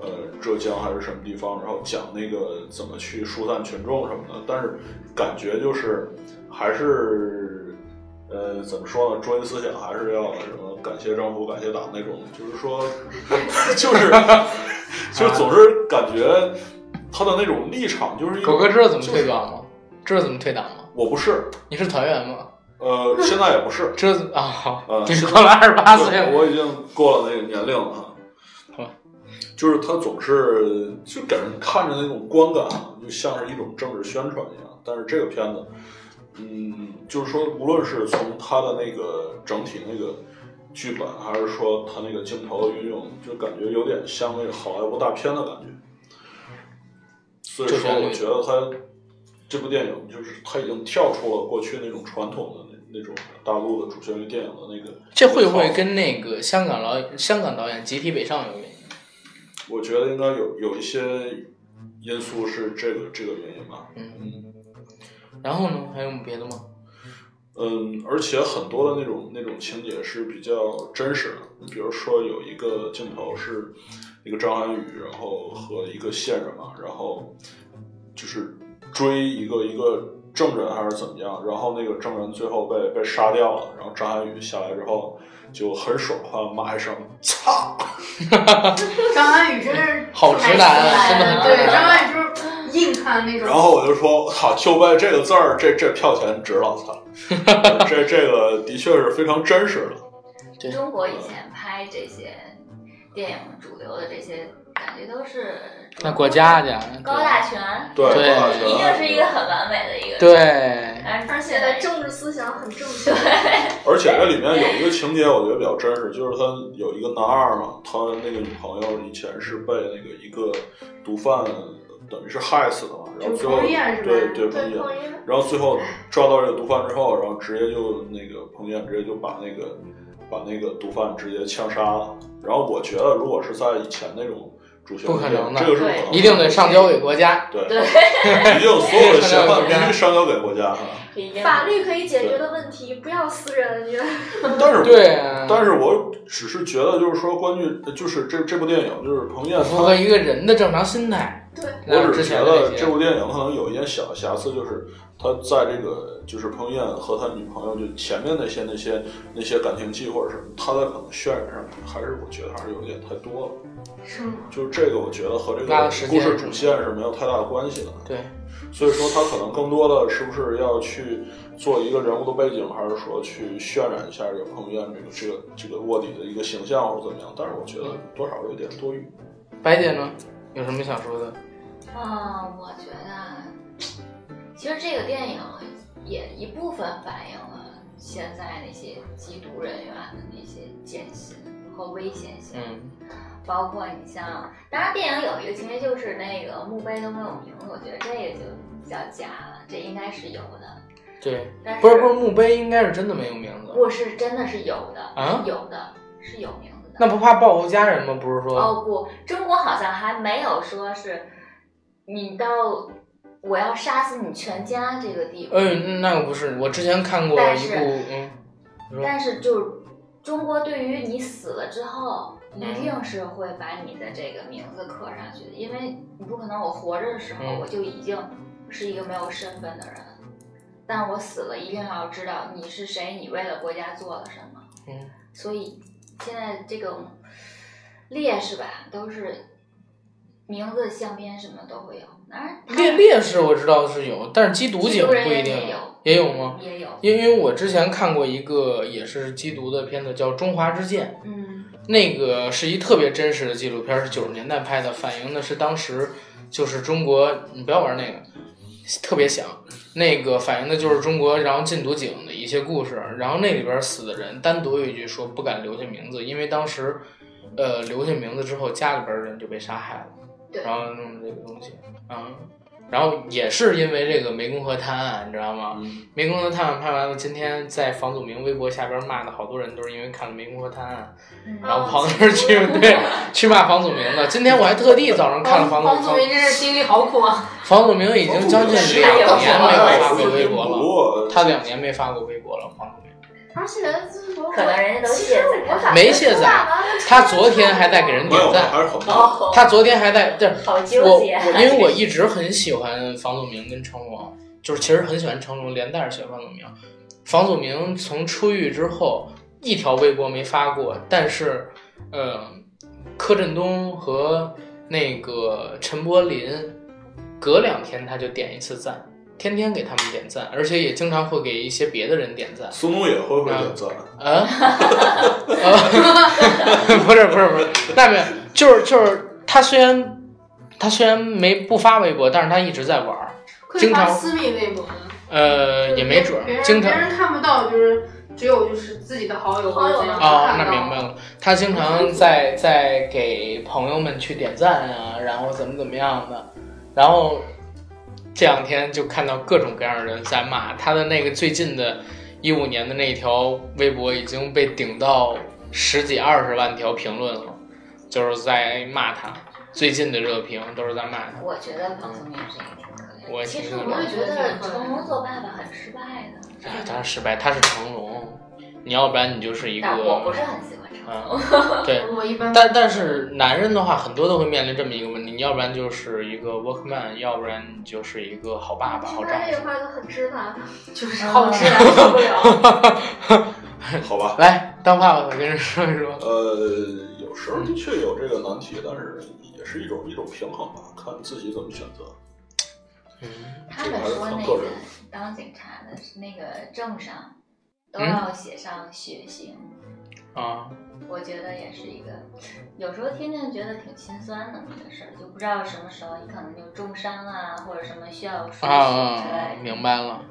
Speaker 5: 呃浙江还是什么地方，然后讲那个怎么去疏散群众什么的，但是感觉就是还是呃怎么说呢，中心思想还是要什么感谢政府、感谢党那种，就是说 就是 就总是感觉他的那种立场就是一
Speaker 1: 狗
Speaker 5: 种
Speaker 1: 哥知道怎么退党吗？知道怎么退党吗？
Speaker 5: 我不是，
Speaker 1: 你是团员吗？
Speaker 5: 呃，现在也不是，
Speaker 1: 这啊，好
Speaker 5: 嗯，
Speaker 1: 你过了二十八岁
Speaker 5: 对
Speaker 1: 了，
Speaker 5: 我已经过了那个年龄了哈。
Speaker 1: 好
Speaker 5: 就是他总是就给人看着那种观感，啊就像是一种政治宣传一样。但是这个片子，嗯，就是说，无论是从他的那个整体那个剧本，还是说他那个镜头的运用，就感觉有点像那个好莱坞大片的感觉。所以
Speaker 1: 这
Speaker 5: 说，
Speaker 1: 旋律
Speaker 5: 我觉得他这部电影就是他已经跳出了过去那种传统的那那种大陆的主旋律电影的那个。
Speaker 1: 这会不会跟那个香港老香港导演集体北上有原因？
Speaker 5: 我觉得应该有有一些因素是这个这个原因吧。
Speaker 1: 嗯
Speaker 5: 嗯
Speaker 1: 然后呢，还有别的吗？
Speaker 5: 嗯，而且很多的那种那种情节是比较真实的，比如说有一个镜头是一个张涵予，然后和一个线人嘛，然后就是追一个一个证人还是怎么样，然后那个证人最后被被杀掉了，然后张涵予下来之后就很爽快骂一声“操
Speaker 2: 张涵予真是
Speaker 1: 好直男啊，真
Speaker 3: 太
Speaker 1: 的很
Speaker 2: 对
Speaker 1: 直
Speaker 2: 张
Speaker 1: 男。
Speaker 2: 涵予就是硬看那”，种，
Speaker 5: 然后我就说：“我操，就为这个字儿，这这票钱值了！”我操，这这个的确是非常真实的。
Speaker 1: 对
Speaker 3: 中国以前拍这些电影主流的这些，感觉都是
Speaker 1: 那国家去，
Speaker 3: 高大全，
Speaker 5: 对
Speaker 1: 对
Speaker 5: 高大全
Speaker 3: 一定是一个很完美的一个。，
Speaker 1: 对，
Speaker 3: 而
Speaker 4: 而
Speaker 3: 且
Speaker 4: 且
Speaker 3: 在
Speaker 4: 的
Speaker 3: 中
Speaker 4: 政治思想很正确。
Speaker 5: 而且这里面有一个情节，我觉得比较真实，就是他有一个男二嘛，他那个女朋友以前是被那个一个毒贩等于是害死的嘛，然后最后
Speaker 2: 就是彭于晏是吧
Speaker 5: 对对彭于
Speaker 4: 对，
Speaker 5: 晏，
Speaker 4: 彭于晏
Speaker 5: 然后最后抓到这个毒贩之后，然后直接就那个彭于晏直接就把那个把那个毒贩直接枪杀了。然后我觉得，如果是在以前那种主旋律
Speaker 1: 不可能的
Speaker 5: 这个是不可能的，
Speaker 1: 一定得上交给国家。
Speaker 5: 对，
Speaker 3: 对
Speaker 5: 一定所有的嫌犯必须上交给国家啊。
Speaker 3: 一定
Speaker 4: 法律可以解决的问题，不要私人恩怨。
Speaker 5: 但是
Speaker 1: 对啊，
Speaker 5: 但是我只是觉得，就是说，关于就是这这部电影，就是彭于晏
Speaker 1: 符合
Speaker 5: 他
Speaker 1: 一个人的正常心态。那
Speaker 5: 我只
Speaker 1: 之
Speaker 5: 是觉
Speaker 1: 前的那些
Speaker 5: 得这部电影可能有一点小瑕疵，就是他在这个就是彭于晏和他女朋友就前面那些那些那些感情戏或者什么，他在可能渲染上还是我觉得还是有一点太多了。
Speaker 2: 是吗？
Speaker 5: 就是这个，我觉得和这
Speaker 1: 拉
Speaker 5: 个
Speaker 1: 的时
Speaker 5: 故
Speaker 1: 间
Speaker 5: 事主线是没有太大的关系的。
Speaker 1: 对，
Speaker 5: 所以说他可能更多的是不是要去做一个人物的背景，还是说去渲染一下这个彭于晏这个这个这个卧底的一个形象或者怎么样？但是我觉得多少有一点多余。
Speaker 1: 白姐呢，有什么想说的？
Speaker 3: 嗯，我觉得其实这个电影也一部分反映了现在那些缉毒人员的那些艰辛和危险性，
Speaker 1: 嗯
Speaker 3: 包括你像，当然电影有一个情节就是那个墓碑都没有名字，我觉得这个就比较假了，这应该是有的。，
Speaker 1: 对，
Speaker 3: 但是
Speaker 1: 不是不是，墓碑应该是真的没有名字
Speaker 3: 不是真的是有的，
Speaker 1: 啊？
Speaker 3: 有的是有名字的。
Speaker 1: 那不怕报复家人吗？不是说、
Speaker 3: 哦不，中国好像还没有说是你到我要杀死你全家这个地步，
Speaker 1: 嗯，那个不是，我之前看过
Speaker 3: 但
Speaker 1: 一
Speaker 3: 是
Speaker 1: 部，嗯，你说
Speaker 3: 但是就是中国对于你死了之后，
Speaker 1: 嗯
Speaker 3: 一定是会把你的这个名字刻上去的，因为你不可能我活着的时候
Speaker 1: 嗯
Speaker 3: 我就已经是一个没有身份的人，但我死了一定要知道你是谁，你为了国家做了什么。
Speaker 1: 嗯，
Speaker 3: 所以现在这种烈士吧，都是名字、相片什么都会有。当然，
Speaker 1: 烈烈士我知道是有，但是缉毒
Speaker 3: 缉
Speaker 1: 警
Speaker 3: 毒
Speaker 1: 不
Speaker 3: 人
Speaker 1: 一
Speaker 3: 员
Speaker 1: 定
Speaker 3: 也有，
Speaker 1: 也有吗？？
Speaker 3: 也有，
Speaker 1: 因为我之前看过一个也是缉毒的片子，叫《中华之剑》。
Speaker 3: 嗯
Speaker 1: 那个是一特别真实的纪录片，是九十年代拍的，反映的是当时就是中国，你不要玩那个，特别响。那个反映的就是中国，然后禁毒警的一些故事。然后那里边死的人单独有一句说不敢留下名字，因为当时，呃，留下名字之后，家里边人就被杀害了。
Speaker 3: 对
Speaker 1: 然后弄这个东西，嗯，然后也是因为这个湄公河滩案，你知道吗？
Speaker 5: 嗯，
Speaker 1: 湄公河探案拍完了，今天在房祖名微博下边骂的好多人都是因为看了湄公河探案，
Speaker 3: 嗯，
Speaker 1: 然后跑那儿去对去骂房祖名的。今天我还特地早上看了房
Speaker 2: 黄
Speaker 1: 祖
Speaker 2: 哦祖
Speaker 1: 名，
Speaker 2: 明真是经历好苦啊！
Speaker 1: 房祖名已经将近两年没有发过微博了，
Speaker 5: 了
Speaker 1: 他两年没发过微博了，房祖名。
Speaker 4: 而且就是我
Speaker 3: 可能人家都
Speaker 4: 其
Speaker 3: 卸
Speaker 4: 实
Speaker 3: 载
Speaker 4: 我感觉
Speaker 1: 没卸载
Speaker 4: 主打完了
Speaker 1: 他昨天还在给人
Speaker 5: 没有
Speaker 1: 点赞，
Speaker 5: 还是很棒。
Speaker 3: 哦，
Speaker 1: 他昨天还在这。
Speaker 3: 好
Speaker 1: 我
Speaker 3: 纠
Speaker 1: 我
Speaker 3: 结啊。
Speaker 1: 因为 我一直很喜欢房祖名跟成龙，就是其实很喜欢成龙，连带着喜欢房祖名。房祖名从出狱之后一条微博没发过，但是，呃，柯震东和那个陈柏霖，隔两天他就点一次赞，天天给他们点赞，而且也经常会给一些别的人点赞。
Speaker 5: 苏东也会会点赞，
Speaker 1: 啊， 不是不是不是，那没有，就是就是他虽然他虽然没不发微博，但是他一直在玩儿，
Speaker 2: 可以
Speaker 1: 经
Speaker 2: 发
Speaker 1: 常
Speaker 2: 私密微博吗，
Speaker 1: 呃，也没准
Speaker 2: 别
Speaker 1: 儿，
Speaker 2: 人
Speaker 1: 经常
Speaker 2: 别人看不到，就是只有就是自己的好友或者怎样
Speaker 1: 哦，
Speaker 2: 看
Speaker 1: 那
Speaker 2: 到。
Speaker 1: 明白了，他经常在在给朋友们去点赞啊，然后怎么怎么样的，然后这两天就看到各种各样的人在骂他的那个最近的，一五年的那一条微博已经被顶到十几二十万条评论了，就是在骂他，最近的热评都是在骂他。
Speaker 3: 我觉得彭松明是一个挺可怜的。
Speaker 1: 我也
Speaker 3: 其实
Speaker 1: 挺
Speaker 3: 我也觉得成龙做爸爸很失败的。
Speaker 1: 哎，他失败，他是成龙，你要不然你就是一个
Speaker 3: 但我不是很喜欢成龙。
Speaker 1: 啊，对，
Speaker 2: 我一般
Speaker 1: 但但是男人的话，很多都会面临这么一个问题，你要不然就是一个 workman，要不然你就是一个好爸爸、好
Speaker 4: 听
Speaker 1: 丈
Speaker 4: 他这
Speaker 1: 夫。
Speaker 4: 话就很直男，
Speaker 2: 就是好吃
Speaker 3: 啊
Speaker 2: 受不了。
Speaker 5: 好吧。
Speaker 1: 来，当爸爸的跟人说一说。
Speaker 5: 呃，有时候的确有这个难题，但是也是一种一种平衡吧，看自己怎么选择。
Speaker 1: 嗯，
Speaker 3: 他们说那个当警察的那个证上都
Speaker 1: 嗯
Speaker 3: 要写上血型，
Speaker 1: 啊，
Speaker 3: 我觉得也是一个，有时候天天觉得挺心酸的那个事儿，就不知道什么时候你可能就重伤啊，或者什么需要输
Speaker 1: 啊
Speaker 3: 血之
Speaker 1: 啊
Speaker 3: 类，的。
Speaker 1: 明白了。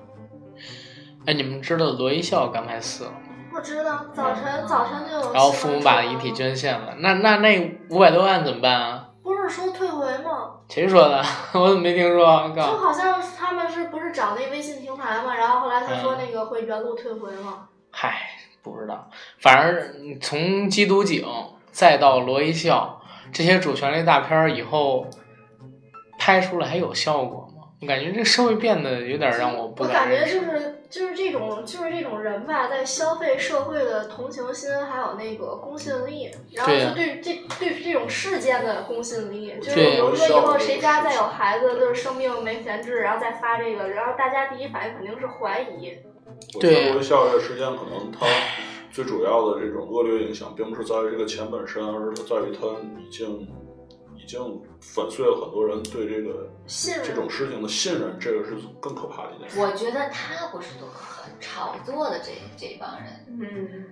Speaker 1: 哎，你们知道罗一笑刚才死了吗？
Speaker 4: 我知道早晨早晨就有新闻说。
Speaker 1: 然后父母把遗体捐献了，那那那五百多万怎么办啊？
Speaker 4: 不是说退回吗？
Speaker 1: 谁说的？ 我怎么没听说啊？
Speaker 4: 就
Speaker 1: 告
Speaker 4: 好像他们是不是找那微信平台嘛？然后后来他说那个会原路退回嘛？
Speaker 1: 嗨，不知道。反正从《缉毒警》再到《罗一笑》这些主旋律大片儿以后哎拍出来还有效果吗？我感觉这社会变得有点让我不
Speaker 4: 我感觉
Speaker 1: 忍受
Speaker 4: 就是就是这种就是这种人吧，在消费社会的同情心还有那个公信力，然后
Speaker 1: 对呀
Speaker 4: 就对这对这种事件的公信力，就是
Speaker 1: 对
Speaker 4: 比如说以后谁家再有孩子就是生病没钱治，然后再发这个，然后大家第一反应肯定是怀疑。
Speaker 5: 我觉
Speaker 1: 对
Speaker 5: 得校园事件可能它最主要的这种恶劣影响，并不是在于这个钱本身，而是它在于它已经已经粉碎了很多人对这个
Speaker 4: 信任
Speaker 5: 这种事情的信任，这个是更可怕的一件事。
Speaker 3: 我觉得他不是多可恨，炒作的这这帮人
Speaker 2: 嗯，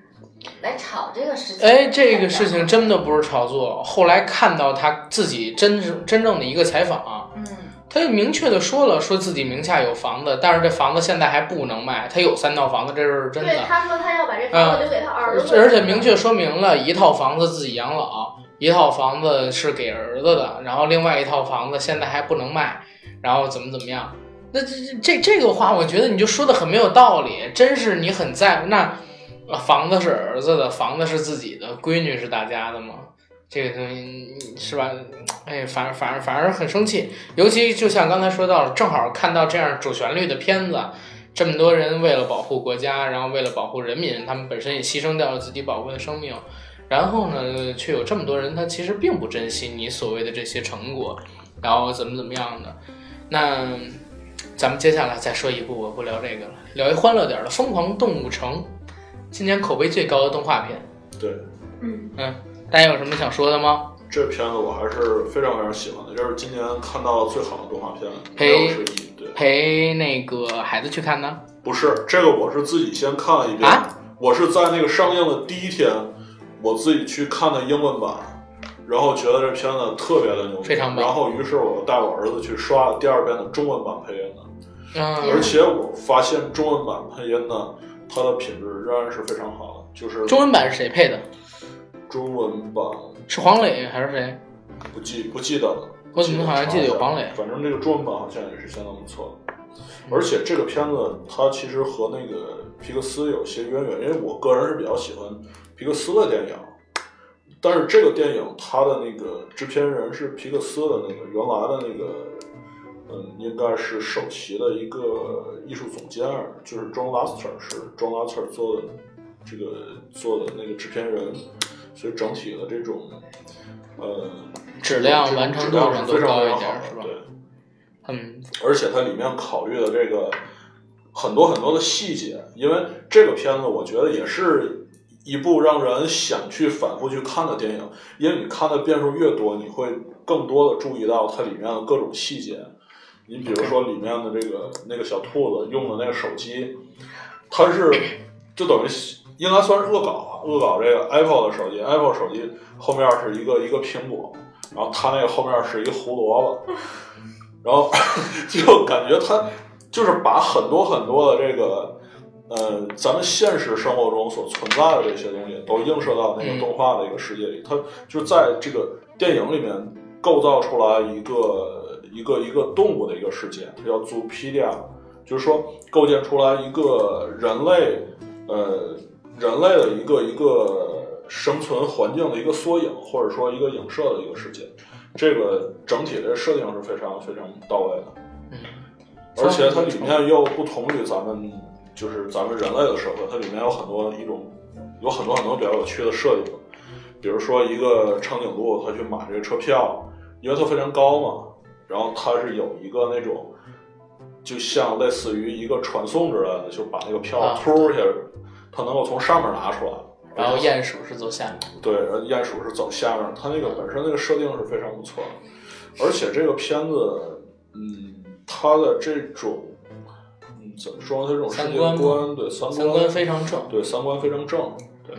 Speaker 3: 来炒这个事情。
Speaker 1: 哎，这个事情真的不是炒作。后来看到他自己真是真正的一个采访，
Speaker 3: 嗯，
Speaker 1: 他就明确的说了，说自己名下有房子，但是这房子现在还不能卖，他有三套房子，这是真
Speaker 4: 对，
Speaker 1: 的。
Speaker 4: 他说他要把这房
Speaker 1: 嗯
Speaker 4: 子留给他儿子，
Speaker 1: 而且明确说明了，一套房子自己养老，一套房子是给儿子的，然后另外一套房子现在还不能卖，然后怎么怎么样？那这这这个话，我觉得你就说的很没有道理，真是你很在乎那呃房子是儿子的，房子是自己的，闺女是大家的嘛，这个东西你是吧？哎，反正反正反正很生气，尤其就像刚才说到，正好看到这样主旋律的片子，这么多人为了保护国家，然后为了保护人民，他们本身也牺牲掉了自己宝贵的生命，然后呢，却有这么多人他其实并不珍惜你所谓的这些成果，然后怎么怎么样的。那咱们接下来再说一部，我不聊这个了，聊一欢乐点儿的《疯狂动物城》，今年口碑最高的动画片，
Speaker 5: 对，
Speaker 2: 嗯，
Speaker 1: 大家有什么想说的吗？
Speaker 5: 这片子我还是非常非常喜欢的，这是今年看到最好的动画片，
Speaker 1: 嘿
Speaker 5: 没有之一。对，
Speaker 1: 陪那个孩子去看的，
Speaker 5: 不是这个，我是自己先看了一遍，
Speaker 1: 啊
Speaker 5: 我是在那个上映的第一天，我自己去看的英文版，然后觉得这片子特别的牛逼，
Speaker 1: 非常棒
Speaker 5: 然后于是我带我儿子去刷了第二遍的中文版配音的，
Speaker 1: 嗯，
Speaker 5: 而且我发现中文版配音呢，它的品质仍然是非常好的，就是
Speaker 1: 中文版是谁配的？
Speaker 5: 中文版
Speaker 1: 是黄磊还是谁？
Speaker 5: 不记不记得了。
Speaker 1: 我怎么好像记得有嗯黄磊
Speaker 5: 反正这个中文版好像也是相当不错的。而且这个片子它其实和那个皮克斯有些渊源，因为我个人是比较喜欢皮克斯的电影，但是这个电影它的那个制片人是皮克斯的那个原来的那个，嗯，应该是首席的一个艺术总监，啊就是 John Lasseter 是 John Lasseter 做的这个做的那个制片人，所以整体的这种呃
Speaker 1: 质量
Speaker 5: 这种
Speaker 1: 完成
Speaker 5: 质
Speaker 1: 度
Speaker 5: 量
Speaker 1: 上
Speaker 5: 是
Speaker 1: 都
Speaker 5: 非常
Speaker 1: 高
Speaker 5: 非
Speaker 1: 一
Speaker 5: 常
Speaker 1: 点儿
Speaker 5: 好的
Speaker 1: 是吧
Speaker 5: 对。
Speaker 1: 嗯，
Speaker 5: 而且它里面考虑的这个很多很多的细节，因为这个片子我觉得也是一部让人想去反复去看的电影，因为你看的遍数越多，你会更多的注意到它里面的各种细节。你比如说里面的这个那个小兔子用的那个手机，它是就等于应该算是恶搞啊，恶搞这个 Apple 的手机，Apple 手机后面是一个一个苹果，然后它那个后面是一个胡萝卜，然后 就感觉他就是把很多很多的这个呃，咱们现实生活中所存在的这些东西，都映射到那个动画的一个世界里。它就在这个电影里面构造出来一个一个一个动物的一个世界，它叫 Zoopedia，就是说构建出来一个人类呃人类的一个一个生存环境的一个缩影，或者说一个影射的一个世界。这个整体的设定是非常非常到位的，
Speaker 1: 嗯，
Speaker 5: 而且它里面又不同于咱们就是咱们人类的社会，它里面有很多一种有很多很多比较有趣的设定，比如说一个长颈鹿，它去买这个车票，因为它非常高嘛，然后它是有一个那种就像类似于一个传送之类的，就把那个票
Speaker 1: 啊
Speaker 5: 突下去，它能够从上面拿出来。
Speaker 1: 然后鼹鼠是走下面，
Speaker 5: 对，呃然后鼹鼠是走下面儿，它那个本身那个设定是非常不错的，而且这个片子，嗯，它的这种，嗯，怎么说呢？它这种世
Speaker 1: 三
Speaker 5: 界
Speaker 1: 观
Speaker 5: 观，
Speaker 1: 吗
Speaker 5: 对三观，
Speaker 1: 三观非常正。
Speaker 5: 对三观非常正，对，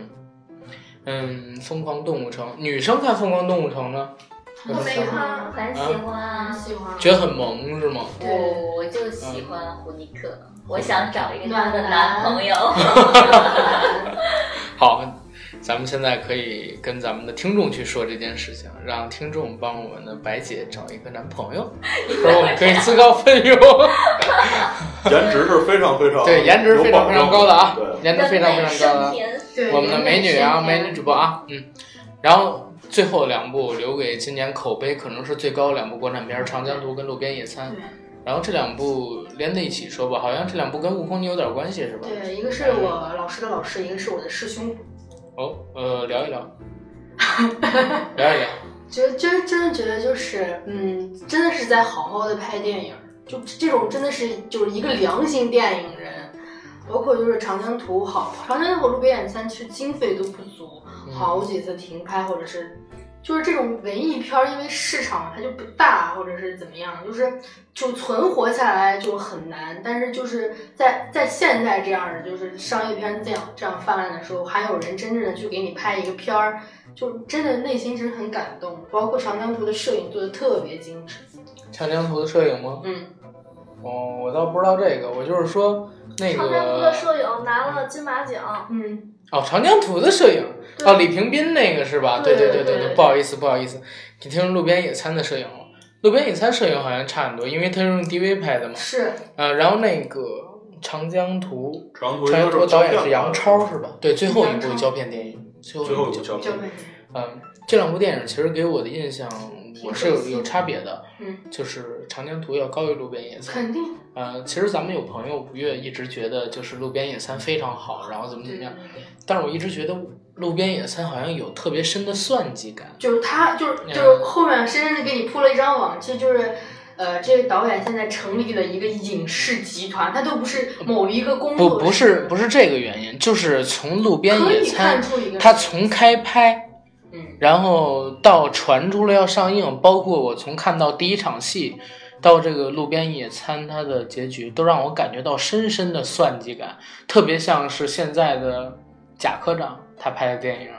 Speaker 1: 嗯，疯狂动物城，女生看疯狂动物城呢，
Speaker 2: 都没看嗯
Speaker 4: 啊
Speaker 3: 很喜欢
Speaker 1: 嗯
Speaker 3: 啊。
Speaker 2: 喜欢，
Speaker 1: 觉得很萌是吗？
Speaker 3: 我我就喜欢胡尼克，
Speaker 1: 嗯
Speaker 3: 我想找一个他的
Speaker 2: 暖男
Speaker 3: 男朋友。
Speaker 1: 好，咱们现在可以跟咱们的听众去说这件事情，让听众帮我们的白姐找一个男朋 友，说我们可以自告奋勇，
Speaker 5: 颜值是非常非常
Speaker 1: 对，颜值非常非常高的啊
Speaker 5: 有保证，
Speaker 1: 颜值非常非常高的
Speaker 3: 人美声
Speaker 1: 啊。
Speaker 3: 甜，
Speaker 2: 对，
Speaker 1: 我们的美女啊，
Speaker 3: 人
Speaker 1: 美
Speaker 3: 美声甜
Speaker 1: 女主播啊，嗯，然后最后两部留给今年口碑可能是最高的两部国产片儿《长江图》跟《路边野餐》，
Speaker 2: 对
Speaker 1: 然后这两部连在一起说吧，好像这两部跟悟空你有点关系是吧？
Speaker 2: 对，一个是我老师的老师，一个是我的师兄。
Speaker 1: 哦，呃，聊一聊，聊一聊。
Speaker 2: 觉得真真的觉得就是，嗯，真的是在好好的拍电影，就这种真的是就是一个良心电影人，包括就是《长江图》好，《长江图》和《路边野餐》其实经费都不足，
Speaker 1: 嗯
Speaker 2: 好几次停拍或者是。就是这种文艺片儿，因为市场它就不大，或者是怎么样，就是就存活下来就很难。但是就是在在现在这样的就是商业片这样这样泛滥的时候，还有人真正的去给你拍一个片儿，就真的内心是很感动，包括长江图的摄影做的特别精致。
Speaker 1: 长江图的摄影吗？
Speaker 2: 嗯，
Speaker 1: 哦，我倒不知道这个，我就是说那
Speaker 4: 长江图的
Speaker 1: 个
Speaker 4: 摄影拿了金马奖，
Speaker 2: 嗯，
Speaker 1: 哦，长江图的摄影
Speaker 4: 对
Speaker 1: 哦，李平斌那个是吧？
Speaker 2: 对
Speaker 1: 对
Speaker 2: 对
Speaker 1: 对
Speaker 2: 对
Speaker 1: 不好意思不好意思，你听路边野餐的摄影了。路边野餐摄影好像差很多，因为它是用 DV 拍的嘛。
Speaker 2: 是
Speaker 1: 呃，然后那个长江图，
Speaker 5: 长途
Speaker 1: 长江图导演是杨超是
Speaker 5: 吧？
Speaker 1: 吧？对，最后一部
Speaker 2: 杨超
Speaker 1: 胶片电影，最后
Speaker 5: 最后
Speaker 1: 一部
Speaker 5: 有
Speaker 1: 胶
Speaker 5: 胶
Speaker 2: 就
Speaker 5: 片，
Speaker 2: 是
Speaker 1: 嗯，这两部电影其实给我的印象，我是有有差别的。
Speaker 2: 嗯，
Speaker 1: 就是《长江图》要高于《路边野餐》。
Speaker 2: 肯定
Speaker 1: 呃，其实咱们有朋友不悦，一直觉得就是《路边野餐》非常好，然后怎么怎么样，但是我一直觉得《路边野餐》好像有特别深的算计感。
Speaker 2: 就是他，就是就是后面深深的给你铺了一张网，这就是。呃，这个导演现在成立的一个影视集团，他都不是某一个工
Speaker 1: 嗯不，
Speaker 2: 作
Speaker 1: 不是
Speaker 2: 室，
Speaker 1: 不是这个原因，就是从《路边
Speaker 2: 可
Speaker 1: 野
Speaker 2: 以看
Speaker 1: 餐》，
Speaker 2: 出一个
Speaker 1: 它从开拍
Speaker 2: 嗯，
Speaker 1: 然后到传出了要上映，包括我从看到第一场戏，到这个路边野餐它的结局，都让我感觉到深深的算计感，特别像是现在的贾科长他拍的电影，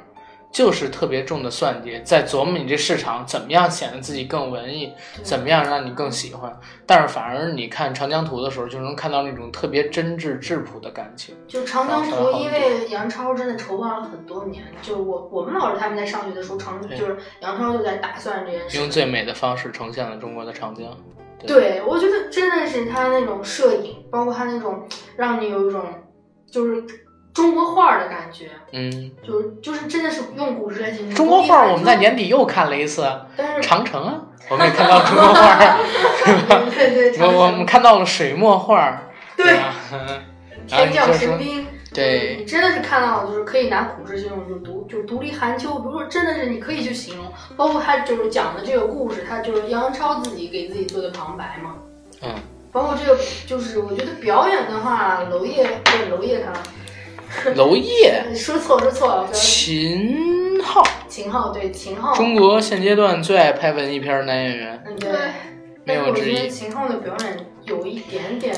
Speaker 1: 就是特别重的算计，在琢磨你这市场怎么样显得自己更文艺，怎么样让你更喜欢。但是反而你看《长江图》的时候，就能看到那种特别真挚质朴的感情。
Speaker 2: 就《长江图》，因为杨超真的筹划了很多年，就我我们老师他们在上学的时候，长
Speaker 1: 对
Speaker 2: 就是杨超就在打算这件事
Speaker 1: 用。最美的方式呈现了中国的长江。
Speaker 2: 对，我觉得真的是他那种摄影，包括他那种让你有一种就是中国画儿的感觉，
Speaker 1: 嗯，
Speaker 2: 就是就是真的是用古诗来形容。
Speaker 1: 中国画儿我们在
Speaker 2: 年，
Speaker 1: 年底又看了一次，
Speaker 2: 但是
Speaker 1: 长城啊，我们也看到中国画 儿，
Speaker 2: 对对对，
Speaker 1: 我我
Speaker 2: 长
Speaker 1: 们
Speaker 2: 城
Speaker 1: 看到了水墨画儿，
Speaker 2: 对
Speaker 1: 吧？然后啊
Speaker 2: 天
Speaker 1: 你
Speaker 2: 降
Speaker 1: 就
Speaker 2: 神
Speaker 1: 说，
Speaker 2: 兵。
Speaker 1: 对
Speaker 2: 你真的是看到，就是可以拿古诗形容，就独就独立寒秋。比如说，真的是你可以去形容，包括他就是讲的这个故事，他就是杨超自己给自己做的旁白嘛。
Speaker 1: 嗯。
Speaker 2: 包括这个，就是我觉得表演的话，娄烨对娄烨他
Speaker 1: 娄烨、
Speaker 2: 说错说错了，
Speaker 1: 秦昊，
Speaker 2: 秦昊对秦昊，
Speaker 1: 中国现阶段最爱拍文艺片儿男演员，
Speaker 2: 嗯
Speaker 4: 对
Speaker 2: 对，，
Speaker 1: 没
Speaker 2: 但是
Speaker 1: 有
Speaker 2: 我
Speaker 1: 之
Speaker 2: 觉得
Speaker 1: 一。
Speaker 2: 秦昊的表演有一点点，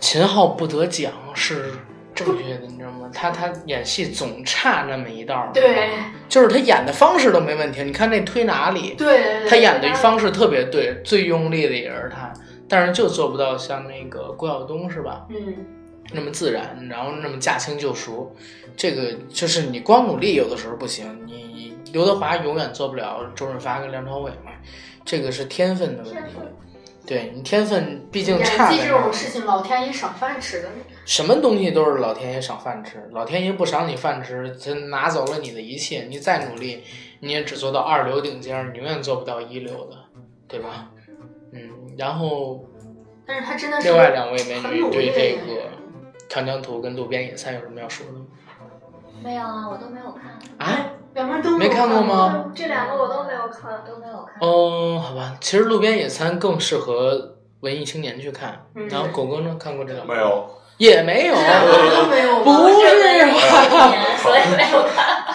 Speaker 1: 秦昊不得奖是正确的，你知道吗？他他演戏总差那么一道儿，
Speaker 2: 对
Speaker 1: 就是他演的方式都没问题。你看那推拿里，
Speaker 2: 对，
Speaker 1: 他演的方式特别对，最用力的也是他，但是就做不到像那个郭晓东是吧？
Speaker 2: 嗯，
Speaker 1: 那么自然，然后那么驾轻就熟，这个就是你光努力有的时候不行，你刘德华永远做不了周润发跟梁朝伟嘛，这个是天分的问
Speaker 4: 天
Speaker 1: 题
Speaker 4: 赋。
Speaker 1: 对你天分毕竟
Speaker 2: 演
Speaker 1: 差在
Speaker 2: 技这
Speaker 1: 那儿
Speaker 2: 种事情，老天爷赏饭吃的，
Speaker 1: 什么东西都是老天爷赏饭吃，老天爷不赏你饭吃，他拿走了你的一切，你再努力，你也只做到二流顶尖儿，你永远做不到一流的，对吧？嗯，然后
Speaker 2: 但是他真的是
Speaker 1: 另外两位美
Speaker 2: 很
Speaker 1: 女
Speaker 2: 努力
Speaker 1: 对
Speaker 2: 的
Speaker 1: 这
Speaker 2: 演
Speaker 1: 个
Speaker 2: 员
Speaker 1: 长江图跟路边野餐有什么要说的吗？
Speaker 3: 没有啊，我都没有看，
Speaker 1: 啊？
Speaker 2: 两边都
Speaker 1: 没看过吗
Speaker 4: 嗯这两个我都没有看，
Speaker 3: 都没有看。
Speaker 1: 嗯，好吧，其实路边野餐更适合文艺青年去看。
Speaker 2: 嗯
Speaker 1: 然后狗哥呢，看过这两部
Speaker 5: 没有，
Speaker 1: 也没有，啊
Speaker 2: 都 没有
Speaker 1: 不
Speaker 2: 吗？
Speaker 1: 是
Speaker 3: 没
Speaker 1: 吧？
Speaker 3: 有年，所以没有看。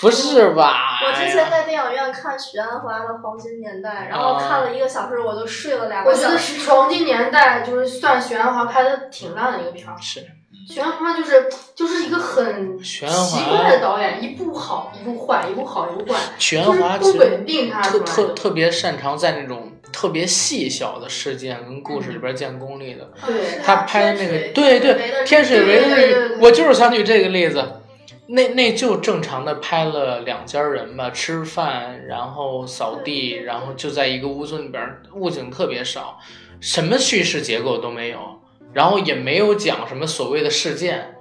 Speaker 1: 不是吧？
Speaker 4: 我之
Speaker 1: 哎
Speaker 4: 前
Speaker 1: 呀哦
Speaker 4: 在电影院看许鞍华的《黄金年代》，然后看了一个小时，我就睡了两
Speaker 2: 我
Speaker 4: 个
Speaker 2: 觉
Speaker 4: 小
Speaker 2: 得
Speaker 4: 时。
Speaker 2: 是黄金年代，就是算许鞍华拍的挺烂的一个片儿。
Speaker 1: 是
Speaker 2: 许鞍华就是就是一个很
Speaker 1: 许鞍
Speaker 2: 奇
Speaker 1: 华
Speaker 2: 怪，的导演，一部好一部坏，一部好一部坏，
Speaker 1: 许鞍
Speaker 2: 就是
Speaker 1: 华其
Speaker 2: 不稳
Speaker 1: 实
Speaker 2: 定他
Speaker 1: 特
Speaker 2: 出
Speaker 1: 特
Speaker 2: 来的。
Speaker 1: 特别擅长在那种特别细小的事件跟故事里边建功力
Speaker 4: 嗯
Speaker 1: 的。
Speaker 4: 啊
Speaker 2: 对
Speaker 1: 他拍那个对对，天水围的
Speaker 2: 对对对
Speaker 1: 那
Speaker 2: 对
Speaker 1: 个，我就是想举这个例子。那那就正常的拍了两家人吧，吃饭，然后扫地，
Speaker 4: 嗯对对
Speaker 1: 然后就在一个屋子里边儿，物景特别少，什么叙事结构都没有，然后也没有讲什么所谓的事件，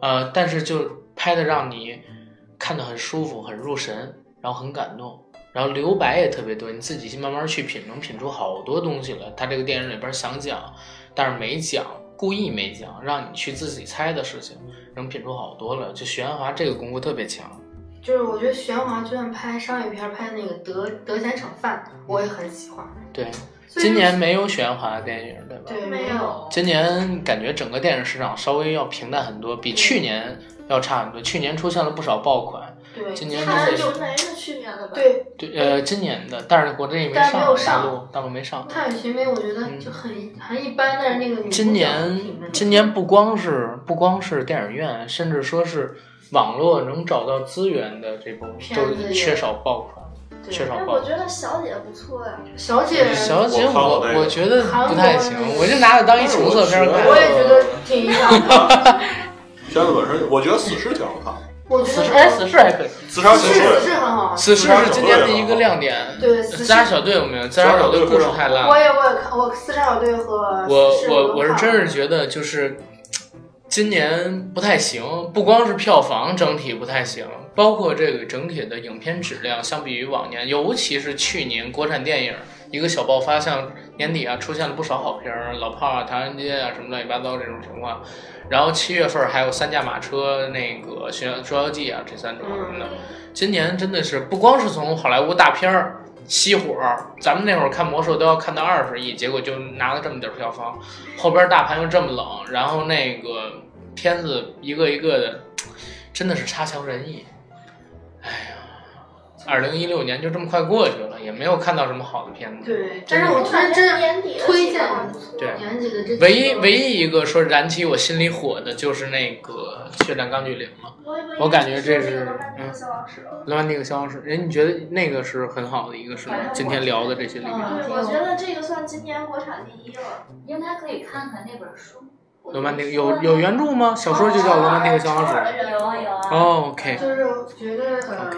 Speaker 1: 呃，但是就拍的让你看得很舒服，很入神，然后很感动，然后留白也特别多，你自己去慢慢去品，能品出好多东西来。他这个电影里边儿想讲但是没讲，故意没讲，让你去自己猜的事情，能品出好多来。就徐安华这个功夫特别强，
Speaker 2: 就是我觉得玄华就算拍商业片，拍那个德德贤惩犯，我也很喜欢。
Speaker 1: 对，
Speaker 2: 所以
Speaker 1: 今
Speaker 2: 就是
Speaker 1: 年没有徐安华的电影，对吧？
Speaker 2: 对
Speaker 4: 没有，
Speaker 1: 今年感觉整个电影市场稍微要平淡很多，比
Speaker 2: 嗯
Speaker 1: 去年要差很多。去年出现了不少爆款，
Speaker 2: 对，
Speaker 1: 今年
Speaker 4: 看
Speaker 1: 没
Speaker 4: 了
Speaker 1: 有
Speaker 4: 就没是去年的吧？，
Speaker 2: 对
Speaker 1: 对，呃，今年的，但是国内没
Speaker 2: 但是没有
Speaker 1: 大
Speaker 2: 上
Speaker 1: 陆大陆没上。
Speaker 2: 泰语寻梅，我觉得就很很一般，但是那个女主角
Speaker 1: 嗯今
Speaker 2: 挺那
Speaker 1: 年
Speaker 2: 个
Speaker 1: 今年不光是不光是电影院，甚至说是网络能找到资源的这部
Speaker 2: 片
Speaker 1: 都
Speaker 2: 子也
Speaker 1: 缺少爆款，
Speaker 2: 对
Speaker 1: 缺少
Speaker 4: 但
Speaker 1: 爆
Speaker 4: 我
Speaker 1: 款。
Speaker 4: 觉得小姐不错呀，
Speaker 2: 小姐，
Speaker 1: 嗯小姐，
Speaker 5: 我看
Speaker 1: 我
Speaker 5: 过那个
Speaker 1: 我觉得不太行
Speaker 2: 韩国那，个
Speaker 1: 我就拿它当一情色片儿
Speaker 2: 我也
Speaker 1: 看。
Speaker 2: 觉得挺一般的。
Speaker 5: 片子本身，我觉得死侍挺好看，
Speaker 2: 我觉
Speaker 1: 死
Speaker 2: 得
Speaker 1: 侍 哎，死侍还可以，
Speaker 5: 自杀
Speaker 2: 死
Speaker 5: 小
Speaker 2: 侍死
Speaker 5: 队
Speaker 2: 侍很好，啊
Speaker 1: 死侍是今年的一个亮点。
Speaker 2: 对
Speaker 1: 自
Speaker 2: 死侍
Speaker 1: 杀，小队有没有？自杀小队故事太烂
Speaker 2: 我
Speaker 1: 了。
Speaker 2: 也我也看，我四杀小队和
Speaker 1: 我
Speaker 2: 死侍
Speaker 1: 我我是
Speaker 2: 看
Speaker 1: 真是觉得就是。今年不太行，不光是票房整体不太行，包括这个整体的影片质量，相比于往年，尤其是去年国产电影一个小爆发，像年底啊出现了不少好片儿，《老炮儿》啊《唐人街》啊什么乱七八糟这种情况，然后七月份儿还有《三驾马车》、那个《寻捉妖记》啊这三种什么的，今年真的是不光是从好莱坞大片儿熄火，咱们那会儿看魔兽都要看到二十亿，结果就拿了这么点儿票房，后边大盘又这么冷，然后那个片子一个一个的，真的是差强人意。哎呀，二零一六年就这么快过去了，也没有看到什么好的片子。
Speaker 2: 对，但是我突然
Speaker 4: 感
Speaker 2: 真
Speaker 4: 觉
Speaker 2: 是
Speaker 4: 年底的
Speaker 2: 推
Speaker 4: 计
Speaker 2: 荐
Speaker 4: 划还不错。
Speaker 1: 对
Speaker 2: 年纪的这
Speaker 1: 唯一唯一一个说燃起我心里火的就是那个《血战钢锯岭》了，
Speaker 4: 我以为
Speaker 1: 我感觉
Speaker 4: 你
Speaker 1: 这
Speaker 4: 说那
Speaker 1: 是
Speaker 4: 个罗曼蒂克
Speaker 1: 嗯
Speaker 4: 消亡史了
Speaker 1: 《罗曼蒂克消亡史》。哎，你觉得那个是很好的一个是吗？今天聊的这些里面，
Speaker 2: 嗯
Speaker 4: 对，我觉得这个算今年国产第一了。
Speaker 3: 应该可以看看那本书。
Speaker 1: 《罗曼蒂克》有有原著吗？小说就叫《罗曼蒂克消亡史》。
Speaker 3: 有啊有啊。
Speaker 1: 哦，OK，
Speaker 2: 就是我觉得呃，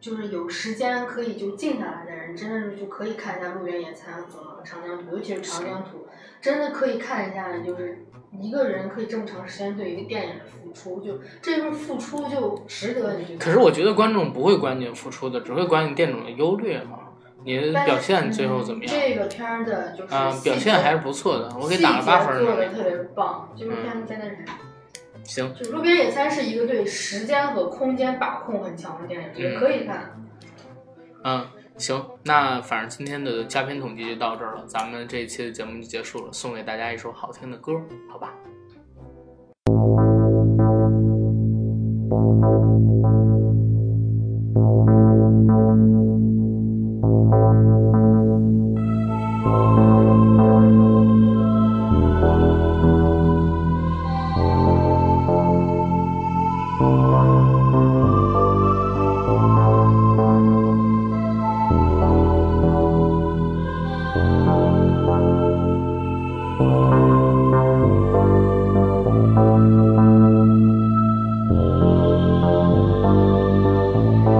Speaker 2: 就是有时间可以就静下来的人，真的就可以看一下《路边野餐》和《长江图》，尤其是《长江图》，真的可以看一下，就是一个人可以这么长时间对一个电影的付出，就这份付出就值得你去看。
Speaker 1: 可是我觉得观众不会关心付出的，只会关心电影的优劣嘛。你的
Speaker 2: 但是嗯
Speaker 1: 表现最后怎么样？
Speaker 2: 这个片儿的就是
Speaker 1: 啊、
Speaker 2: 细
Speaker 1: 表
Speaker 2: 节
Speaker 1: 现还是不错的，我给打了嗯
Speaker 2: 细节
Speaker 1: 八分
Speaker 2: 做的
Speaker 1: 儿
Speaker 2: 特
Speaker 1: 呢。
Speaker 2: 别棒，就是片子真的是，
Speaker 1: 行，
Speaker 2: 就是《路边野餐》是一个对时间和空间把控很强的电影，也可以看。
Speaker 1: 嗯，行，那反正今天的嘉宾统计就到这儿了，咱们这一期的节目就结束了，送给大家一首好听的歌，好吧？
Speaker 6: Thank